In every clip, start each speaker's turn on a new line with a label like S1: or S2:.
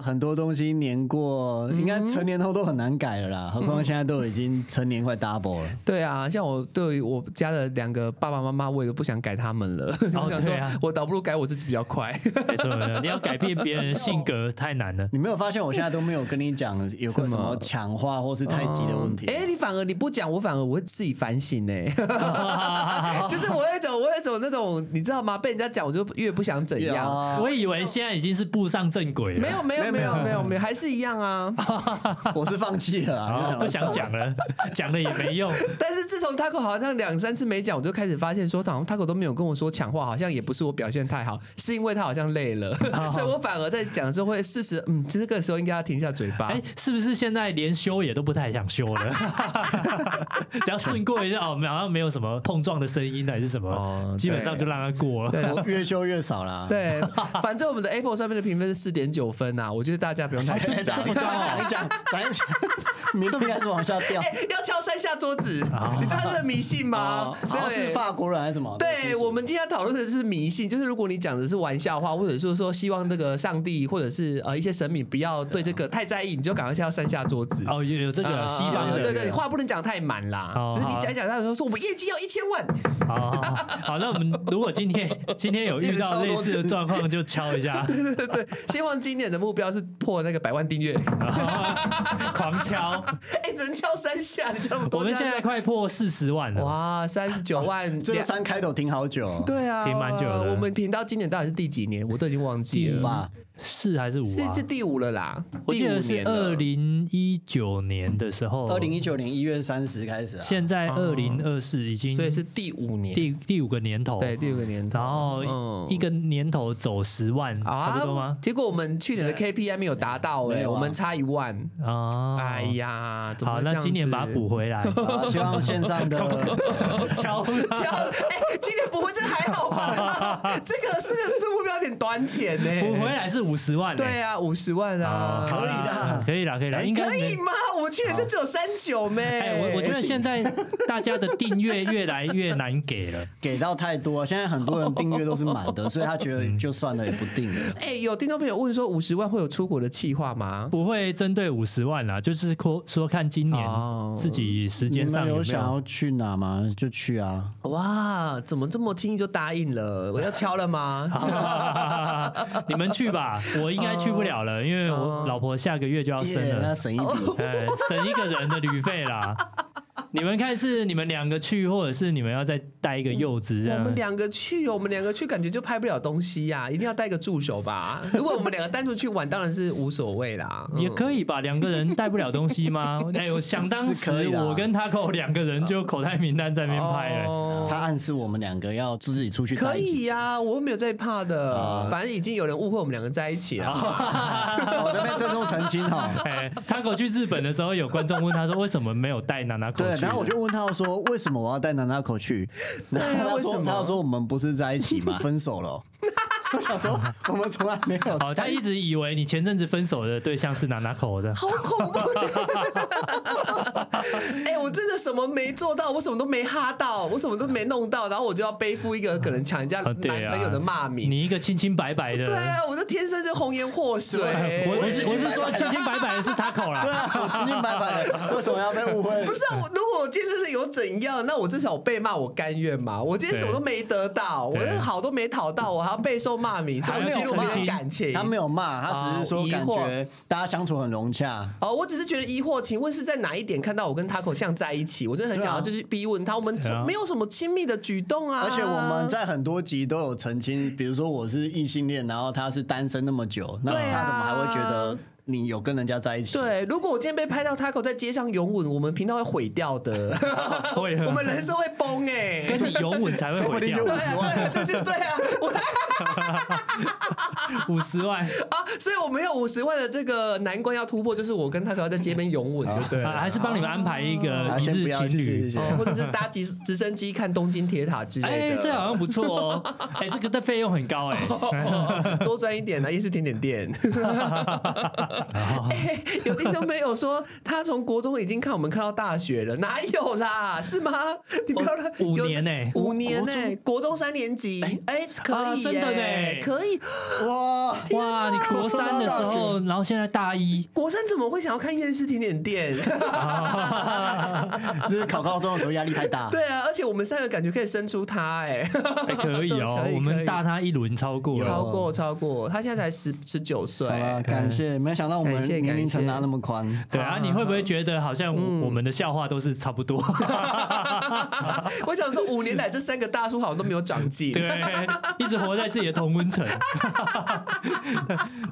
S1: 很多东西年过，应该成年后都很难改了啦，何况现在都已经成年快 double 了。
S2: 对啊，像我对我家的两个爸爸妈妈，我也都不想改他们了。 我想说
S3: 对啊，
S2: 我倒不如改我自己比较快。
S3: 没错，没错你要改变别人的性格太 难了。
S1: 你没有发现我现在都没有跟你讲有个
S2: 什
S1: 什
S2: 么
S1: 么强化或是太极的问题？啊
S2: 哎、你反而你不讲，我反而我会自己反省呢、
S3: 哦
S2: 就是我会走，我会走那种，你知道吗？被人家讲，我就越不想怎样。
S1: 呀
S3: 我以为现在已经是步上正轨了，
S2: 没有，没有，没
S1: 哦没
S2: 有
S1: 有，
S2: 没有，没有，还是一样啊。
S1: 我是放弃了啊，
S3: 好，
S1: 就
S3: 不哦
S1: 算了
S3: 想讲了，讲了也没 用。
S2: 但是自从 Taco 好像两三次没讲，我就开始发现说，好像 Taco 都没有跟我说抢话，好像也不是我表现太好，是因为他好像累了， 所以我反而在讲的时候会适时，嗯，这个时候应该要停下嘴巴。
S3: 哎，是不是现在连修也都不太想修 了？只要顺过一下，哦，好像没有什么碰撞的声音还是什
S2: 哦
S3: 么，基本上就让它过了。
S1: 我越修越少啦。
S2: 对，反正我们的 Apple 上面的评分是四点九分呐、我觉得大家不用太
S1: 讲讲一讲一讲，讲一讲，明天开始往下掉。
S2: 哎要敲三下桌子，你知道这是迷信吗
S1: 哦？好像是
S2: 对。
S1: 法国人还是什么？
S2: 对我们今天要讨论的是迷信，就是如果你讲的是玩笑话，或者是说希望那个上帝或者是呃一些神明不要对这个太在意，你就赶快先要三下桌子。
S3: 哦，有有这个西方
S2: 啊
S3: 的，
S2: 对对，你话不能讲太满啦，
S3: 哦
S2: 就是你
S3: 好
S2: 讲一讲，他有时候说我们业绩要一千万，
S3: 好，好，好好，那我们如果 今天今天有遇到类似的状况，就敲一下，
S2: 对对，希望今年的目标是破那个百万订阅。
S3: 然后哦狂敲。
S2: 哎，只能敲三下，你敲那么多
S3: 我
S2: 下，
S3: 们现在快破四十万了，
S2: 哇三十九
S3: 啊
S2: 万，
S1: 这个
S2: 两
S1: 三开头挺好久哦，
S2: 对啊，
S3: 挺蛮久的
S2: 我们频道今年到底是第几年？我都已经忘记
S1: 五
S2: 了，
S1: 吧？
S3: 四还是五
S2: 是
S3: 啊
S2: 是？第五了啦，
S3: 我记得
S2: 第五
S3: 是
S2: 年了
S3: 二零一九年的时候，
S1: 二零一九年一月三十开始啊，
S3: 现在二零二四已经
S2: 哦所以是第五年，
S3: 第第五个年头，
S2: 对第五个年头，嗯啊
S3: 然后一个年头走十万，差不多吗？
S2: 结果我们去年的 KPI 没有达到哎、
S1: 没有啊
S2: 我们差一万。
S3: 啊，
S2: 哎，呀，怎么
S3: 好，
S2: 会这
S3: 那
S2: 样
S3: 今年把它
S2: 子
S3: 补回来，
S1: 好希望线上的
S3: 敲
S2: 这样，哎、 今年不会这还好吧？ 这个是个这目标有点短浅呢、
S3: 补回来是五十万，欸
S2: 对啊，五十万
S3: 啊，
S2: 啊，
S3: 好啦
S1: 可以的
S3: 可以啦，可以啦，
S1: 哎
S3: 应该
S2: 可以
S3: 没。
S2: 吗？我们去年就只有三九咩？
S3: 哎，我我觉得现在大家的订阅越来越难给 了，
S1: 给到太多，现在很多人订阅都是满的，所以他觉
S3: 嗯
S1: 得就算了，也不订了。
S2: 哎、有听众朋友问说，五十万会有出国的计划吗？
S3: 不会针对五十万啦，就是说说看今年
S2: 哦
S3: 自己时
S1: 你
S3: 间上
S1: 们
S3: 有没
S1: 有想
S3: 有。
S1: 要去哪吗？就去啊！
S2: 哇，怎么这么轻易就答应了？我要敲了 吗？
S3: 你们去吧，我应该去不了了，因为我老婆下个月就要生
S1: 耶，那
S3: 了，
S1: 省一笔。
S3: 哎，省一个人的旅费啦。你们看是你们两个去，或者是你们要再带一个柚子这
S2: 我
S3: 样
S2: 们？两个去，哦我们两个去，感觉就拍不了东西呀、一定要带个助手 吧。如果我们两个单独去玩，当然是无所谓啦。
S3: 也可以吧，两个人带不了东西吗？哎，我想当时
S1: 是可以啦
S3: 我跟 Taco 两个人就口袋名单在那边拍了，
S2: 哦
S1: 他暗示我们两个要自己出去
S2: 可
S1: 待机。
S2: 以呀、我没有在怕的，反正已经有人误会我们两个在一起了。
S1: 我哦这边郑重澄清哦哈。
S3: 哎，Taco 去日本的时候，有观众问他说，为什么没有带娜娜口
S1: 对，
S3: 去？
S1: 然后我就问他说：“为什么我要带娜娜口去？” 然
S2: 对啊
S1: 后他
S2: 为什
S1: 说：“
S2: 么
S1: 他说我们不是在一起 吗？分手了。”我想说，我们从来没有
S3: 哦，他 一直以为你前阵子分手的对象是娜娜口的，
S2: 好恐 怖！哎、我真的什么没做到，我什么都没哈到，我什么都没弄到，然后我就要背负一个可能抢人家
S3: 啊
S2: 男
S3: 对啊
S2: 朋友的骂名。
S3: 你一个清清白白的。
S2: 对啊，我这天生就红颜祸水。
S3: 我我是我是说清清白白的是 Taco
S1: 对
S3: 啦，
S1: 啊，我清清白白的，为什么要被误会？
S2: 不是、啊、我，如果我今天真的有怎样，那我至少被骂，我甘愿嘛。我今天什么都没得到，我
S3: 对
S2: 连好都没讨到，我还要备受骂名，所以
S3: 还
S2: 我
S3: 要
S2: 记录我
S3: 澄
S2: 的
S3: 清
S2: 感情。
S1: 他没有骂，他只是
S2: 哦
S3: 啊
S1: 说
S2: 疑
S1: 感
S2: 惑
S1: 觉大家相处很融洽。
S2: 哦，我只是觉得疑惑，请问是在哪一点看到我跟 Taco 像在一起？我真的很想
S1: 对啊
S2: 要就是逼问他，我们
S3: 对啊
S2: 没有什么亲密的举动啊。
S1: 而且我们在很多集都有澄清，比如说我是异性恋，然后他是单身那么久，那
S2: 对啊
S1: 他怎么还会觉得你有跟人家在一起？
S2: 对，如果我今天被拍到 Taco 在街上拥吻，我们频道会毁掉的，
S3: 会啊
S2: 我们人设会崩哎、
S3: 跟你拥吻才会
S1: 说不
S3: 毁
S1: 定
S3: 掉
S1: 就
S2: 对啊，对啊，就是对啊，我
S3: 五十万，
S2: 啊，所以我们有五十万的这个难关要突破，就是我跟 Taco 要在街边拥吻，对不对了？
S3: 啊还是帮你们安排一个
S1: 啊，
S3: 一
S1: 先不
S3: 日
S1: 要，
S3: 情
S1: 谢谢谢
S3: 侣。
S1: 谢。
S2: 哦或者是搭直直升机看东京铁塔之类
S3: 哎，
S2: 的，
S3: 这好像不错哦，
S2: 哦
S3: 哎，这个的费用很高哎。
S2: 啊多赚一点呢，夜市甜点店。
S3: 哦
S2: 哎有听众朋友说，他从国中已经看我们看到大学了，哪有啦？是吗？你不要乱
S3: 哦五
S2: 有
S3: 年欸
S2: 五年呢、国中三年级，哎、可以、耶
S3: 啊真的呢
S2: 可以。
S1: 哇，
S3: 哇，你国三的时候，然后现在大 一，
S2: 国三怎么会想要看夜市甜点 店？
S3: 哎
S1: 就是考高中的时候压力太大。
S2: 对啊，而且我们三个感觉可以生出他、哎，
S3: 哎可以哦
S2: 可以，
S3: 我
S2: 可
S3: 们
S2: 以
S3: 大他一轮超过了。
S2: 超过超过，他现在才十十九岁
S1: 好。
S3: 啊
S1: 了，感谢，没想到我
S2: 感
S1: 们
S2: 谢
S1: 年龄层
S2: 感谢
S1: 拉那么宽。
S3: 对啊，你会不会觉得好像我我们的笑话都是差不多？
S2: 我想说，五年来这三个大叔好像都没有长进。
S3: 对，一直活在自己的同温层。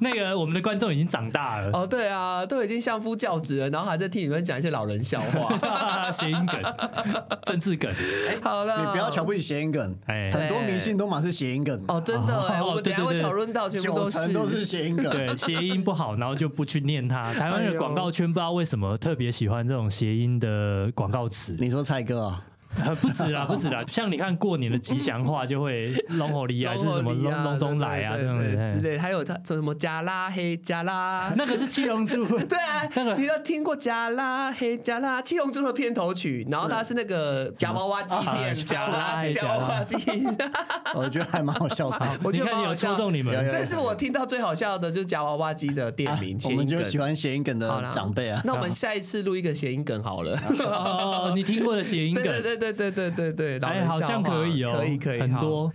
S3: 那个我们的观众已经长大了，
S2: 哦，对啊，都已经相夫教子了，然后还在听你们讲一些老人笑话。
S3: 谐音梗、政治梗，
S2: 哎好了，
S1: 你不要瞧不起谐音梗，
S3: 哎
S1: 很多明星都嘛是谐音梗，
S2: 哦，真的哎，
S3: 哦
S2: 我们等一下
S3: 对对
S2: 会
S3: 对
S2: 讨论到全部
S1: 九成都是
S2: 是。
S1: 谐音梗。
S3: 对，谐音不好，然后就不去念它。台湾
S2: 哎
S3: 的
S2: 呦
S3: 广告圈不知道为什么特别喜欢这种谐音的广告词，
S1: 你说蔡哥 啊，
S3: 不止啦，不止啦。像你看过年的吉祥话，就会龙吼里啊，还是什么
S2: 龙
S3: 龙龙中来啊这样
S2: 之
S3: 的。
S2: 类，还有他什么加拉黑加拉。
S3: 那个是七龙珠，
S2: 对啊
S3: 那，个
S2: 你都听过加拉黑加拉《七龙珠》的片头曲，然后它是那个夹娃娃机
S3: 啊
S2: 店，夹
S3: 夹娃
S2: 拉
S3: 娃
S2: 夹娃娃机，
S1: 我觉得还蛮好笑的。
S2: 我
S3: 你
S2: 觉得
S3: 看
S2: 蛮
S3: 有
S2: 好
S3: 戳
S2: 笑。
S3: 中你
S1: 有有
S3: 们。
S2: 这是我听到最好笑的，就是夹娃娃机的店名。
S1: 啊我
S2: 谐
S1: 们
S2: 音
S1: 就
S2: 梗。
S1: 喜欢谐音梗
S2: 好
S1: 的
S2: 啦
S1: 长辈啊。
S2: 那我们下一次录一个谐音梗 好了。
S3: 哦，你听过的谐音
S2: 对
S3: 梗，
S2: 对对对对对对对，老人
S3: 哎，好像
S2: 笑话
S3: 可以哦，
S2: 可以可以，
S3: 很
S2: 好
S3: 多。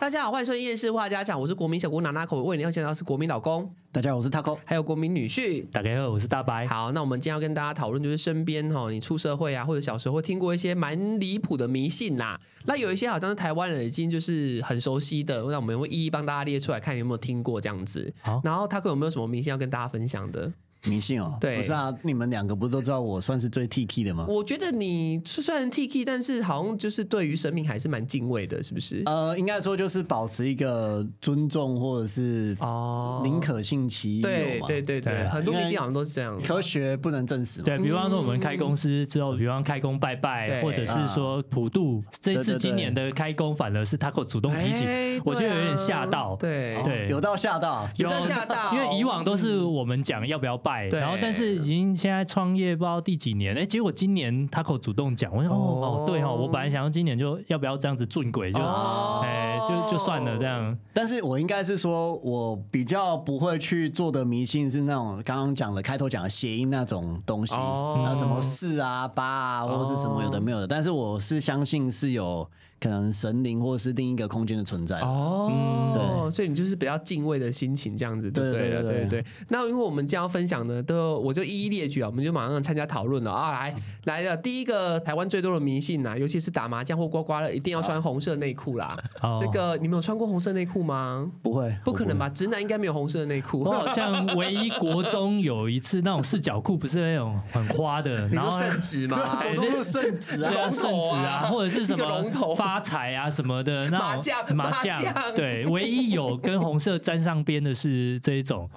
S2: 大家好，欢迎收听《夜市话家常》，我是国民小姑拿拿口，为你要讲到是国民老公，
S1: 大家好，我是 Taco。
S2: 还有国民女婿。
S3: 大家好，我是大白。
S2: 好，那我们今天要跟大家讨论，就是身边哈，你出社会啊，或者小时候听过一些蛮离谱的迷信啦、那有一些好像是台湾人已经就是很熟悉的，那我们会一一帮大家列出来，看有没有听过这样子。
S3: 好
S2: 然后他有没有什么迷信要跟大家分享的？
S1: 迷信哦，
S2: 对
S1: 不是啊，你们两个不是都知道我算是最 T K 的吗？
S2: 我觉得你虽然 T K，但是好像就是对于生命还是蛮敬畏的，是不是？
S1: 呃，应该说就是保持一个尊重，或者是
S2: 哦
S1: 宁可信其有
S2: 对
S1: 嘛。
S2: 对对对，
S3: 对
S2: 很多
S1: 因为
S2: 迷信好像都是这样。
S1: 科学不能证实嘛。
S3: 对比方说，我们开公司之后，比方开工拜
S2: 嗯
S3: 拜，
S2: 对啊
S3: 或者是说普渡，这次今年的开工反而是 Taco 主动提
S2: 哎
S3: 醒，我就有点吓到。
S2: 对啊
S1: 哦，
S3: 对
S1: 有到吓到。
S2: 有到吓到嗯
S3: 因为以往都是我们讲要不要拜，
S2: 对
S3: 然后但是已经现在创业不知道第几年，哎，结果今年 Taco 主动讲，我想
S2: 哦
S3: 哦，对哦，我本来想要今年就要不要这样子进鬼就。
S2: 哦
S3: 哎，就就算了这样，
S1: 但是我应该是说，我比较不会去做的迷信是那种刚刚讲的开头讲的谐音那种东西，
S2: 哦
S1: 那什么四啊八啊，或者是什么有的没有的。但是我是相信是有可能神灵或者是另一个空间的存在。
S2: 哦，所以你就是比较敬畏的心情这样子，对不对
S1: 对对
S2: 了？
S1: 对
S2: 对
S1: 对
S2: 对。那因为我们今天要分享的都，我就一一列举啊，我们就马上参加讨论了啊！来来了，第一个台湾最多的迷信呐、尤其是打麻将或刮刮乐，一定要穿红色内裤啦。
S3: 哦
S2: 这个你们有穿过红色内裤吗？
S1: 不会，
S2: 不可能
S1: 吧？
S2: 吧？直男应该没有红色内裤
S3: 我。好像唯一国中有一次那种四角裤，不是那种很花 的，
S2: 你
S3: 然
S2: 说
S3: 后
S2: 圣旨吗？
S1: 我都是圣旨啊
S3: 对。啊，
S2: 龙
S3: 圣
S2: 头
S3: 旨
S2: 啊
S3: 啊，或者是什
S2: 一个龙头
S3: 么发财啊什么的，那种
S2: 麻将麻
S3: 麻
S2: 将
S3: 将，对，唯一有跟红色沾上边的是这一种，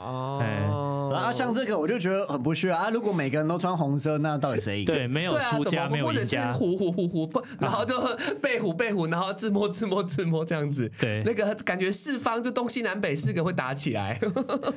S3: 哎
S2: 哦，
S1: 然后像这个我就觉得很不屑啊！如果每个人都穿红色，那到底谁赢？
S3: 对，没有
S2: 对啊，
S3: 输
S2: 怎
S3: 家，
S2: 么
S3: 没有
S2: 或者
S3: 赢
S2: 是
S3: 家，啊
S2: 虎虎虎虎不，然后就被虎被虎，然后自摸自摸自摸这样子。
S3: 对
S2: 那个感觉四方就东西南北四个会打起 来。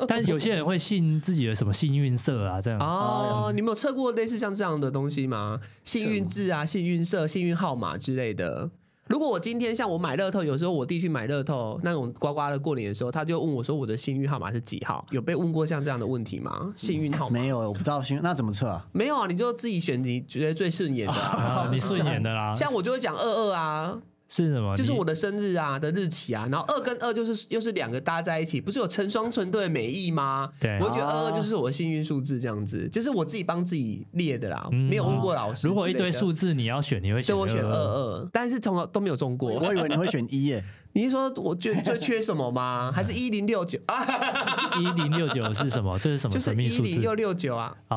S3: 但有些人会信自己的什么幸运色啊，这样。
S2: 哦， 你们有测过类似像这样的东西吗？幸运字啊、幸运色、幸运号码之类的。如果我今天像我买乐透，有时候我弟去买乐透那种刮刮的过年的时候，他就问我说我的幸运号码是几号？有被问过像这样的问题
S3: 嗯
S2: 吗？幸运号码？
S1: 没有，我不知道行，那怎么测啊？
S2: 没有啊，你就自己选你觉得最顺眼的啊、
S3: 啊，你顺眼的啦，
S2: 像我就会讲二二啊，
S3: 是什么？
S2: 就是
S3: 你
S2: 我的生日啊的日期啊，然后二跟二就是又是两个搭在一起，不是有成双成对的美意吗？
S3: 对
S2: 我就觉得二
S1: 哦
S2: 二就是我的幸运数字这样子，就是我自己帮自己列的啦，
S3: 嗯
S2: 没有问过老师之类的。
S3: 如果一堆数字你要选，你会选
S2: 对我选
S3: 22
S2: 二二，但是从来都没有中过。
S1: 我以为你会选一 耶，
S2: 你是说我最最缺什么吗？ 还是一零六九啊？
S3: 一零六九是什么？这是什
S2: 就
S3: 么
S2: 是
S3: 神秘
S2: 一
S3: 数
S2: 零
S3: 字
S2: 又？六九啊？
S3: 哦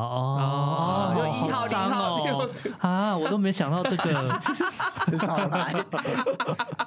S2: 哦，
S3: 哦
S2: 就一号
S3: 好伤
S2: 零号
S3: 哦
S2: 六九
S3: 啊，我都没想到 这个。
S1: 少来。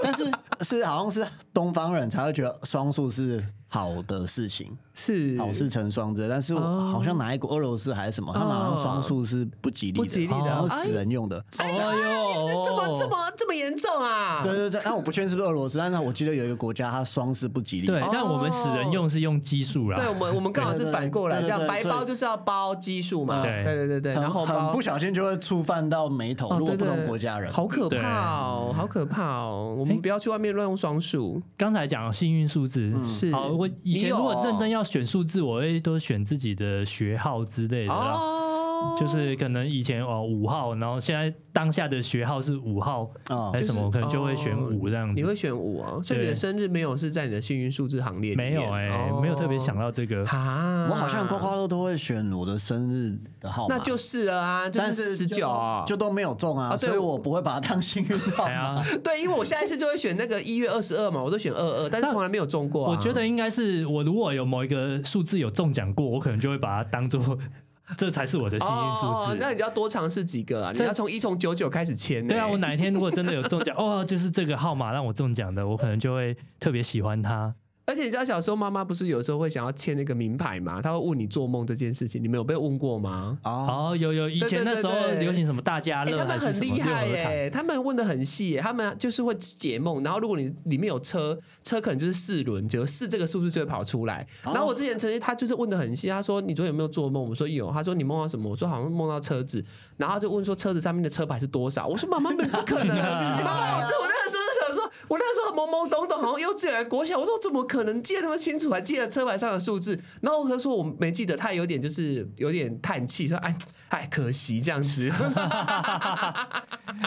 S1: 但是是好像是东方人才会觉得双数是好的事情，
S2: 是
S1: 好事成双之类。但是我
S2: 哦
S1: 好像哪一国俄罗斯还是什么，他们好像双数是不吉利的，
S2: 哦不吉利的
S1: 然后死人用的。
S3: 哎呦，
S2: 这么这么这么严重啊？
S1: 对对对，那我不确定是不是俄罗斯，但是我记得有一个国家，它双是不吉利。
S3: 对
S2: 哦，
S3: 但我们死人用是用奇数啦
S2: 对，，我们我们刚好是反过来，这
S1: 对对对
S2: 样白
S1: 所以
S2: 包就是要包奇数嘛，
S3: 对
S2: 对对对对，
S1: 很，
S2: 然后
S1: 很
S2: 包
S1: 不小心就会触犯到眉头，
S2: 哦
S1: 如果
S2: 对
S1: 不
S2: 对
S1: 同国家人，嗯
S2: 好可
S3: 对
S2: 怕哦，好可怕哦！我们不要去外面乱用双数，
S3: 刚才讲幸运数字
S2: 嗯
S1: 嗯
S2: 是
S3: 好，我以
S2: 你
S3: 前
S2: 有
S3: 如果认真
S2: 哦
S3: 要选数字，我会都选自己的学号之类的啦。
S2: 哦，
S3: 就是可能以前哦五号，然后现在当下的学号是五号
S1: 哦
S3: 还是什么，
S2: 就是
S3: 我可能就会选
S2: 哦
S3: 五这样
S2: 你
S3: 子。
S2: 会选五哦，所以你的
S3: 对
S2: 生日没有是在你的幸运数字行列里面
S3: 没有哎、
S2: 哦
S3: 没有特别想到这个。
S2: 啊，
S1: 我好像刮刮乐都会选我的生日的号码，
S2: 那就是了啊，就
S1: 但是
S2: 十
S1: 就
S2: 九
S1: 就都没有中啊，
S2: 啊对
S1: 所以我不会把它当幸运号
S3: 哎呀
S1: 码。，
S2: 对，因为我下一次就会选那个一月二十二嘛，我都选二二，但是
S3: 那
S2: 从来没有中过啊、
S3: 我觉得应该是我如果有某一个数字有中奖过，我可能就会把它当做 这才是我的幸运数字。
S2: 哦哦哦那你就要多尝试几个啊，你
S3: 这
S2: 要从一从九九开始签、欸。
S3: 对啊，我哪一天如果真的有中 奖，哦，就是这个号码让我中奖的，我可能就会特别喜欢它。
S2: 而且你知道小时候妈妈不是有时候会想要签那个名牌嘛，她会问你做梦这件事情，你们有被问过吗？
S1: 哦，
S3: 哦，有有，以前那时候
S2: 对对对对
S3: 流行什么大家
S2: 哎、
S3: 乐
S2: 他们
S3: 还是
S2: 很
S3: 什么
S2: 厉
S3: 六
S2: 害
S3: 合
S2: 耶、
S3: 彩，
S2: 他们问的很细耶、他们就是会解梦，然后如果你里面有车，车可能就是四轮，只有四这个数字就会跑出来。然后我之前曾经他就是问的很细，他说你昨天有没有做梦？我说有，他说你梦到什么？我说好像梦到车子，然后他就问说车子上面的车牌是多少？我说妈妈没不可 能，妈妈我这我那个时候那时候说，我那个时候懵懵懂懂，好像幼稚园、国小，我说我怎么可能记得那么清楚，还记得车牌上的数字？然后我哥说我没记得，他有点就是有点叹气，说哎哎可惜这样子。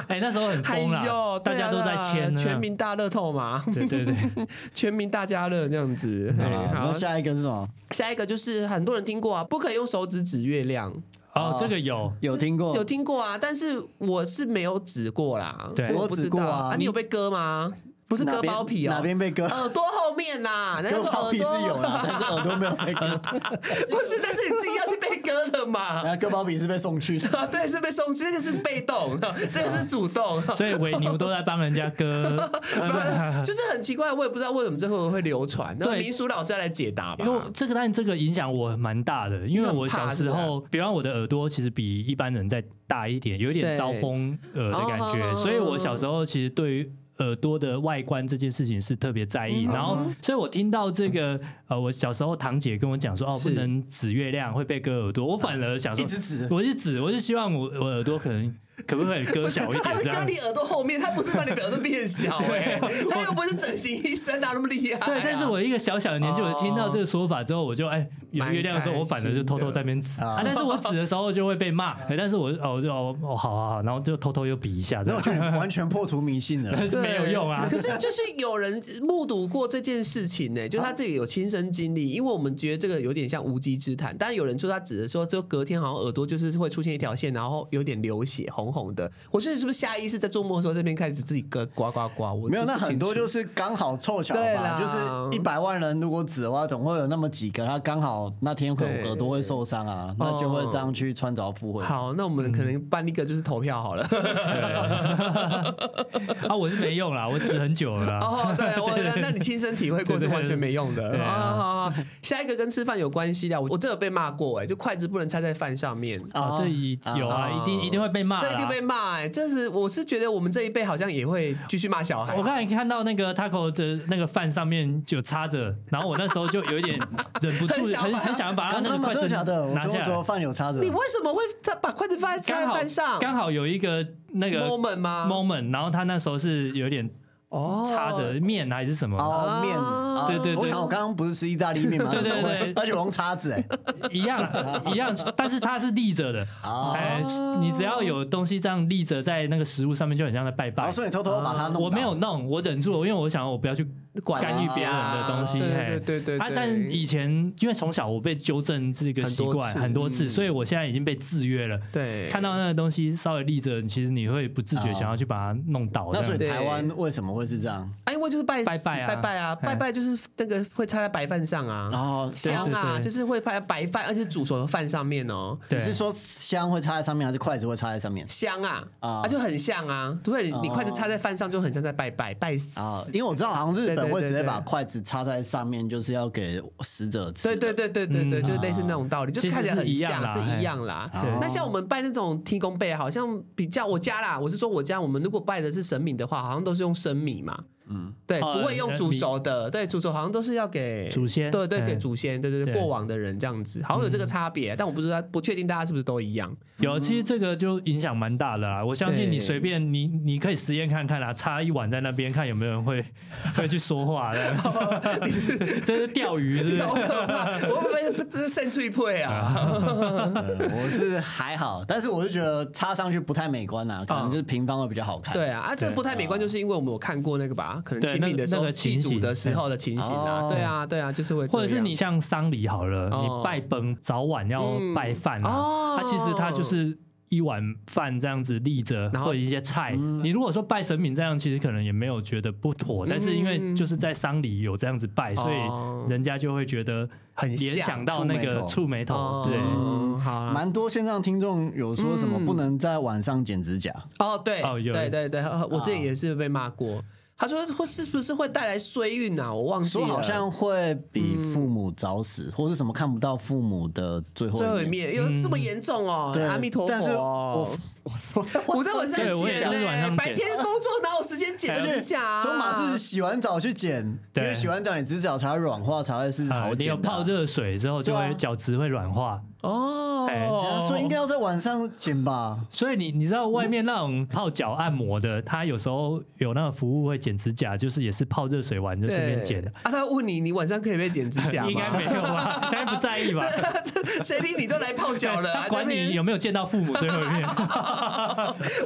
S3: 哎，那时候很
S2: 哎
S3: 疯啦，
S2: 呦，
S3: 大
S2: 对
S3: 家
S2: 啊
S3: 都在签呢，
S2: 全民大乐透嘛，
S3: 对对 对，
S2: 全民大家乐这样子。
S3: 嗯
S1: 好
S2: 哎
S1: 那
S2: 好，
S1: 下一个是什么？
S2: 下一个就是很多人听过啊，不可以用手指指月亮，
S3: 哦，这个有，
S1: 有听
S3: 哦
S1: 过？
S2: 有听过啊，但是我是没有指过啦，
S3: 对
S2: 所以我不
S1: 我指
S2: 知道
S1: 过啊
S2: 你有被割吗？不是割
S1: 哪边
S2: 包皮哦，
S1: 哪边被割？
S2: 耳朵后面啦，那
S1: 割
S2: 个
S1: 包
S2: 耳
S1: 皮是
S2: 朵
S1: 有啦，但是耳朵没有被割。
S2: 不是，那是你自己要去被割的嘛。
S1: 然后割包皮是被送去的。
S2: 对，是被送，这个是被动， 这个是主 动。
S3: 所以伪牛都在帮人家 割，啊
S2: 就是很奇怪，我也不知道为什么这会会流传。那
S3: 对
S2: 民俗老师要来解答吧
S3: 因。为这个，但这个影响我蛮大的，因为我小时
S2: 你很
S3: 候，比方我的耳朵其实比一般人再大一点，有一点招风耳的感
S2: 对
S3: 觉，
S2: 哦
S3: 所以我小时候其实对于。耳朵的外观这件事情是特别在
S2: 嗯
S3: 意，然后，所以我听到这个，呃，我小时候堂姐跟我讲说，哦，
S2: 是
S3: 不能指月亮会被割耳朵，我反而想说，
S1: 一直指
S3: 我是指，我是希望我我耳朵可能可不可以割小一点
S2: 他是
S3: 这
S2: 割
S3: 样
S2: 你耳朵后面，他不是把你耳朵变 小哎、他又不是整形医生啊，那么厉害、
S3: 对，但是我一个小小的年纪，我听到这个说法之后，我就哎有
S2: 蛮
S3: 月亮的时候，我反而就偷偷在那边
S1: 开心
S3: 指
S1: 的
S3: 啊，但是我指的时候就会被骂，哎但是我哦我就哦哦好好好，然后就偷偷又比一下，这
S1: 然后
S3: 样
S1: 我觉得完全破除迷信了。
S3: 但是 没有用啊 啊
S2: 可。是就是有人目睹过这件事情呢、就是他自己有亲身经历，因为我们觉得这个有点像无稽之谈。但有人说他指的说，就隔天好像耳朵就是会出现一条线，然后有点流血，红红的。我觉得是不是下意识在做梦的时候这边开始自己割刮刮刮？我
S1: 没有，那很多就是是刚好凑巧
S2: 对
S1: 吧，
S2: 啦
S1: 就是一百万人如果指的话，总会有那么几个，他刚好那天可能
S2: 对
S1: 耳朵会受伤啊，那就会这样去穿凿附会。
S2: 好，那我们可
S3: 嗯
S2: 能办一个就是投票好了。
S3: 啊，我是没用啦，我指很久了啦。
S2: 哦，对，我那那你亲身体会过是完全没用的
S3: 对对对
S2: 啊。好好好下一个跟吃饭有关系的，我我这有被骂过哎、就筷子不能插在饭上面。
S3: 啊，这一有啊，
S2: 哦
S3: 一定一定会被骂啦，啊
S2: 这一定被骂哎、这是我是觉得我们这一辈好像也会继续骂小孩。
S3: 我刚才看到那个 taco 的那个饭上面就插着，然后我那时候就有一点忍不住，
S2: 很想
S3: 很
S2: 把它
S3: 很想要把
S1: 刚
S3: 它啊那
S1: 刚
S3: 个
S1: 嘛
S3: 筷
S1: 真
S3: 子
S1: 的假的？我
S3: 拿
S1: 说
S3: 下
S1: 时候
S3: 来。
S1: 饭有插着，
S2: 你为什么会插把筷子放在插
S3: 刚
S2: 在
S3: 好
S2: 饭上
S3: 刚好有一个那个
S2: ？moment 吗？
S3: moment，然后他那时候是有点
S2: 哦
S3: 插着面还是什么，
S1: 哦面，
S2: 啊
S1: 啊
S3: 对对对
S1: 我想我刚刚不是吃意大利面吗？
S3: 对对对
S1: 而且我用叉子哎，
S3: 一样一样，但是它是立着的。
S1: 哦
S3: 哎，你只要有东西这样立着在那个食物上面，就很像在拜
S1: 然
S3: 拜
S1: 后。哦所以你偷偷把它弄到，
S3: 我没有弄，我忍住了，因为我想我不要去
S2: 管
S3: 干预别人的东西。
S2: 对对
S3: 嘿
S2: 对对
S3: 啊
S2: 对，
S3: 但以前因为从小我被纠正这个习
S2: 很多
S3: 惯
S2: 次
S3: 很多次，
S2: 嗯
S3: 所以我现在已经被制约了。
S2: 对
S3: 看到那个东西稍微立着，其实你会不自觉
S1: 哦
S3: 想要去把它弄倒。
S1: 那所以
S3: 这样
S1: 台湾为什么会是这样？
S2: 哎，为过就是拜
S3: 拜
S2: 师
S3: 拜啊
S2: 拜拜啊，
S3: 哎
S2: 拜拜就是那个会插在白饭上
S1: 然
S2: 啊，
S1: 后
S3: 哦对
S2: 香啊，
S3: 对对
S2: 就是会拍白饭，而且煮熟的饭上面哦，
S1: 你
S3: 对，
S1: 是说香会插在上面，还是筷子会插在上面？
S2: 香啊，
S1: 啊
S2: 啊就很像啊，对，你
S1: 哦
S2: 筷子插在饭上就很像在拜拜拜师，
S1: 啊，因为我知道好像日
S2: 对
S1: 本
S2: 对
S1: 会直接
S2: 对
S1: 把
S2: 对
S1: 筷子插在上面，就是要给死者吃。
S2: 对对对对对对，
S3: 嗯
S2: 就类似那种道理，就
S3: 其实
S2: 看起来
S3: 是
S2: 很
S3: 一样
S2: 像，
S3: 啦哎
S2: 是
S3: 嘿
S2: 一样啦。
S1: 对
S2: 那像我们拜那种天公拜，好像比较我家啦，我是说我家，我们如果拜的是神明的话，好像都是用生米嘛，
S1: 嗯，
S2: 对，
S3: 哦
S2: 不会用
S3: 呃
S2: 煮熟的，对，煮熟好像都是要给
S3: 祖先
S2: 对对，给
S3: 嗯
S2: 祖先，对对对，
S3: 对
S2: 过往的人这样子，好像有这个差别，但我不知道，不确定大家是不是都一样。
S3: 有，其实这个就影响蛮大的啦。我相信你随便你，你可以实验看看啦，插一碗在那边看有没有人会会去说 话的。这是钓鱼，是不是？
S2: 好可怕！我会不会不这是渗出一配啊？
S1: 对呃我是还好，但是我就觉得插上去不太美观啊呐、可能就是平方会比较好看。
S2: 对啊，啊，这
S3: 对嗯
S2: 不太美观，就是因为我们有看过那个吧，可能
S3: 对
S2: 清明的时
S3: 那个那
S2: 候
S3: 个
S2: 祭
S3: 情
S2: 祖
S3: 形
S2: 的时候的情形啊，
S1: 哦
S2: 对啊，对啊，就是会这
S3: 或者是
S2: 样
S3: 你像丧礼好了，
S2: 哦
S3: 你拜崩早晚要拜饭啊，
S2: 嗯哦
S3: 它、其实它就是。一碗饭这样子立着，
S2: 然后嗯
S3: 或者一些菜，你如果说拜神明这样，其实可能也没有觉得不妥，但是因为就是在丧礼有这样子拜，所
S2: 嗯哦
S3: 以人家就会觉得
S2: 很
S3: 联
S2: 像
S3: 想到那个
S1: 触
S3: 触眉头，对，
S2: 哦，
S1: 嗯
S2: 好啊，
S1: 蛮多线上听众有说什么
S2: 嗯
S1: 不能在晚上剪指甲，
S2: 哦，对，
S3: 哦有
S2: 对对对，我之前也是被骂过。他说会是不是会带来衰运啊？我忘记
S1: 说
S2: 了。
S1: 好像会比父母早死，或是什么看不到父母的最后
S2: 最后
S1: 一
S2: 一。面有
S3: 嗯
S2: 这么严重哦，
S1: 对，
S2: 阿弥陀佛
S1: 但是
S2: 哦
S1: 我。我我在
S2: 我在晚上
S3: 对我也
S2: 剪
S3: 是晚
S2: 呢，
S3: 上
S2: 白
S3: 剪
S2: 天工作哪有时间剪
S3: 而且
S2: 指甲啊？
S1: 都马是洗完澡去剪，因
S3: 对
S1: 为洗完澡你指甲才会软化，才会是
S3: 啊
S1: 好
S3: 你有
S1: 剪的啊、
S3: 泡热水之后，就
S1: 对啊
S3: 会角质会软化，哎
S2: 哦，
S1: 啊所以应该要在晚上剪吧？
S3: 所以你你知道外面那种泡脚按摩的，他有时候有那个服务会剪指甲，就是也是泡热水完就
S2: 对
S3: 顺便剪的，
S2: 啊，他问你，你晚上可以不可以剪指 甲吗？
S3: 应该没有吧？ 应该不在意吧？
S2: 谁理你都来泡脚了、啊，
S3: 他管
S2: 在那
S3: 你
S2: 边
S3: 有没有见到父母最后一面，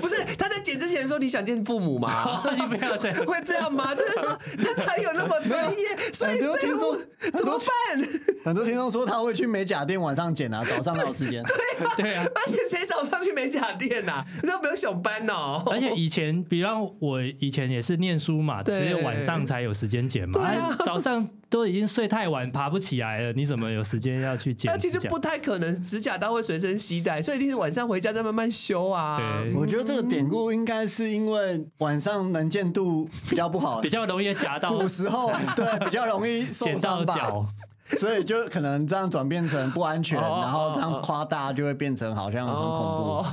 S2: 不是他在剪之前说你想见父母 吗？
S3: 你不要这样。
S2: 会这样吗？就是说他哪有那么专
S3: 哎
S2: 业，所以
S1: 很多
S2: 这
S1: 听
S2: 个
S1: 众
S2: 我怎么办？
S1: 很多听众说他会去美甲店晚上剪啊，早上哪有时 间？
S3: 对啊，
S2: 而且谁早上去美甲店呐、啊？你都没有熊班哦。
S3: 而且以前，比方我以前也是念书嘛，
S2: 对
S3: 只有晚上才有时间剪嘛，哎
S2: 对啊
S3: 早上都已经睡太晚，爬不起来了，你怎么有时间要去剪
S2: 而且
S3: 指
S2: 就
S3: 甲
S2: 不？太可能，指甲刀会随身携带，所以一定是晚上回家再慢慢修啊。
S3: 对
S1: 我觉得这个典故应该是因为晚上能见度 比较不好
S3: 比，较容易夹到
S1: 古时候对比较容易受
S3: 剪到
S1: 伤吧，
S3: 脚。
S1: 所以就可能这样转变成不安全，
S2: 哦哦哦
S1: 然后这样夸大就会变成好像很恐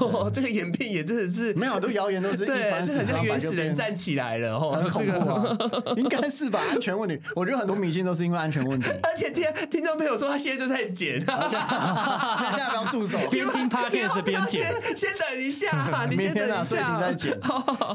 S1: 怖。
S2: 哦，这个演变也真的是
S1: 没有，都谣言都是一
S2: 对，
S1: 传
S2: 这
S1: 十，
S2: 很像
S1: 传百
S2: 原
S1: 就
S2: 始人
S1: 变
S2: 站起来了哦，
S1: 很恐
S2: 这个
S1: 怖啊，应该是吧？安全问题，我觉得很多迷信都是因为安全问题。
S2: 而且听听众朋友说，他现在就在剪，
S1: 而且那现在不要住手，
S3: 边听 podcast 边剪，
S2: 先 先等一下，你
S1: 明天
S2: 先等一
S1: 啊
S2: 下，
S1: 睡醒再剪。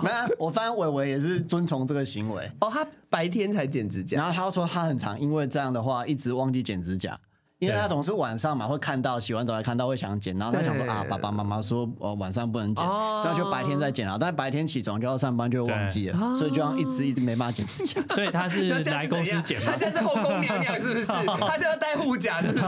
S1: 没有啊，我发现伟伟也是遵从这个行为。
S2: 哦，他白天才剪指甲，
S1: 然后他说他很常因为这样的话一直忘记剪指甲，因为
S3: 对
S1: 他总是晚上嘛会看到，洗完澡还看到会想剪，然后他想说
S2: 对
S1: 啊，爸爸妈妈说呃晚上不能剪，
S2: 哦
S1: 这样就白天再剪啊，但白天起床就要上班就会忘记
S2: 嗯
S1: 了，所以就这
S2: 哦
S1: 样一直一直没办法剪 指甲。
S3: 所以他是
S2: 那现在
S3: 来
S2: 是
S3: 公
S2: 怎
S3: 司
S2: 样？
S3: 剪
S2: 他
S3: 嘛，
S2: 现在是后宫娘娘是不 是？他就要戴护甲是不是？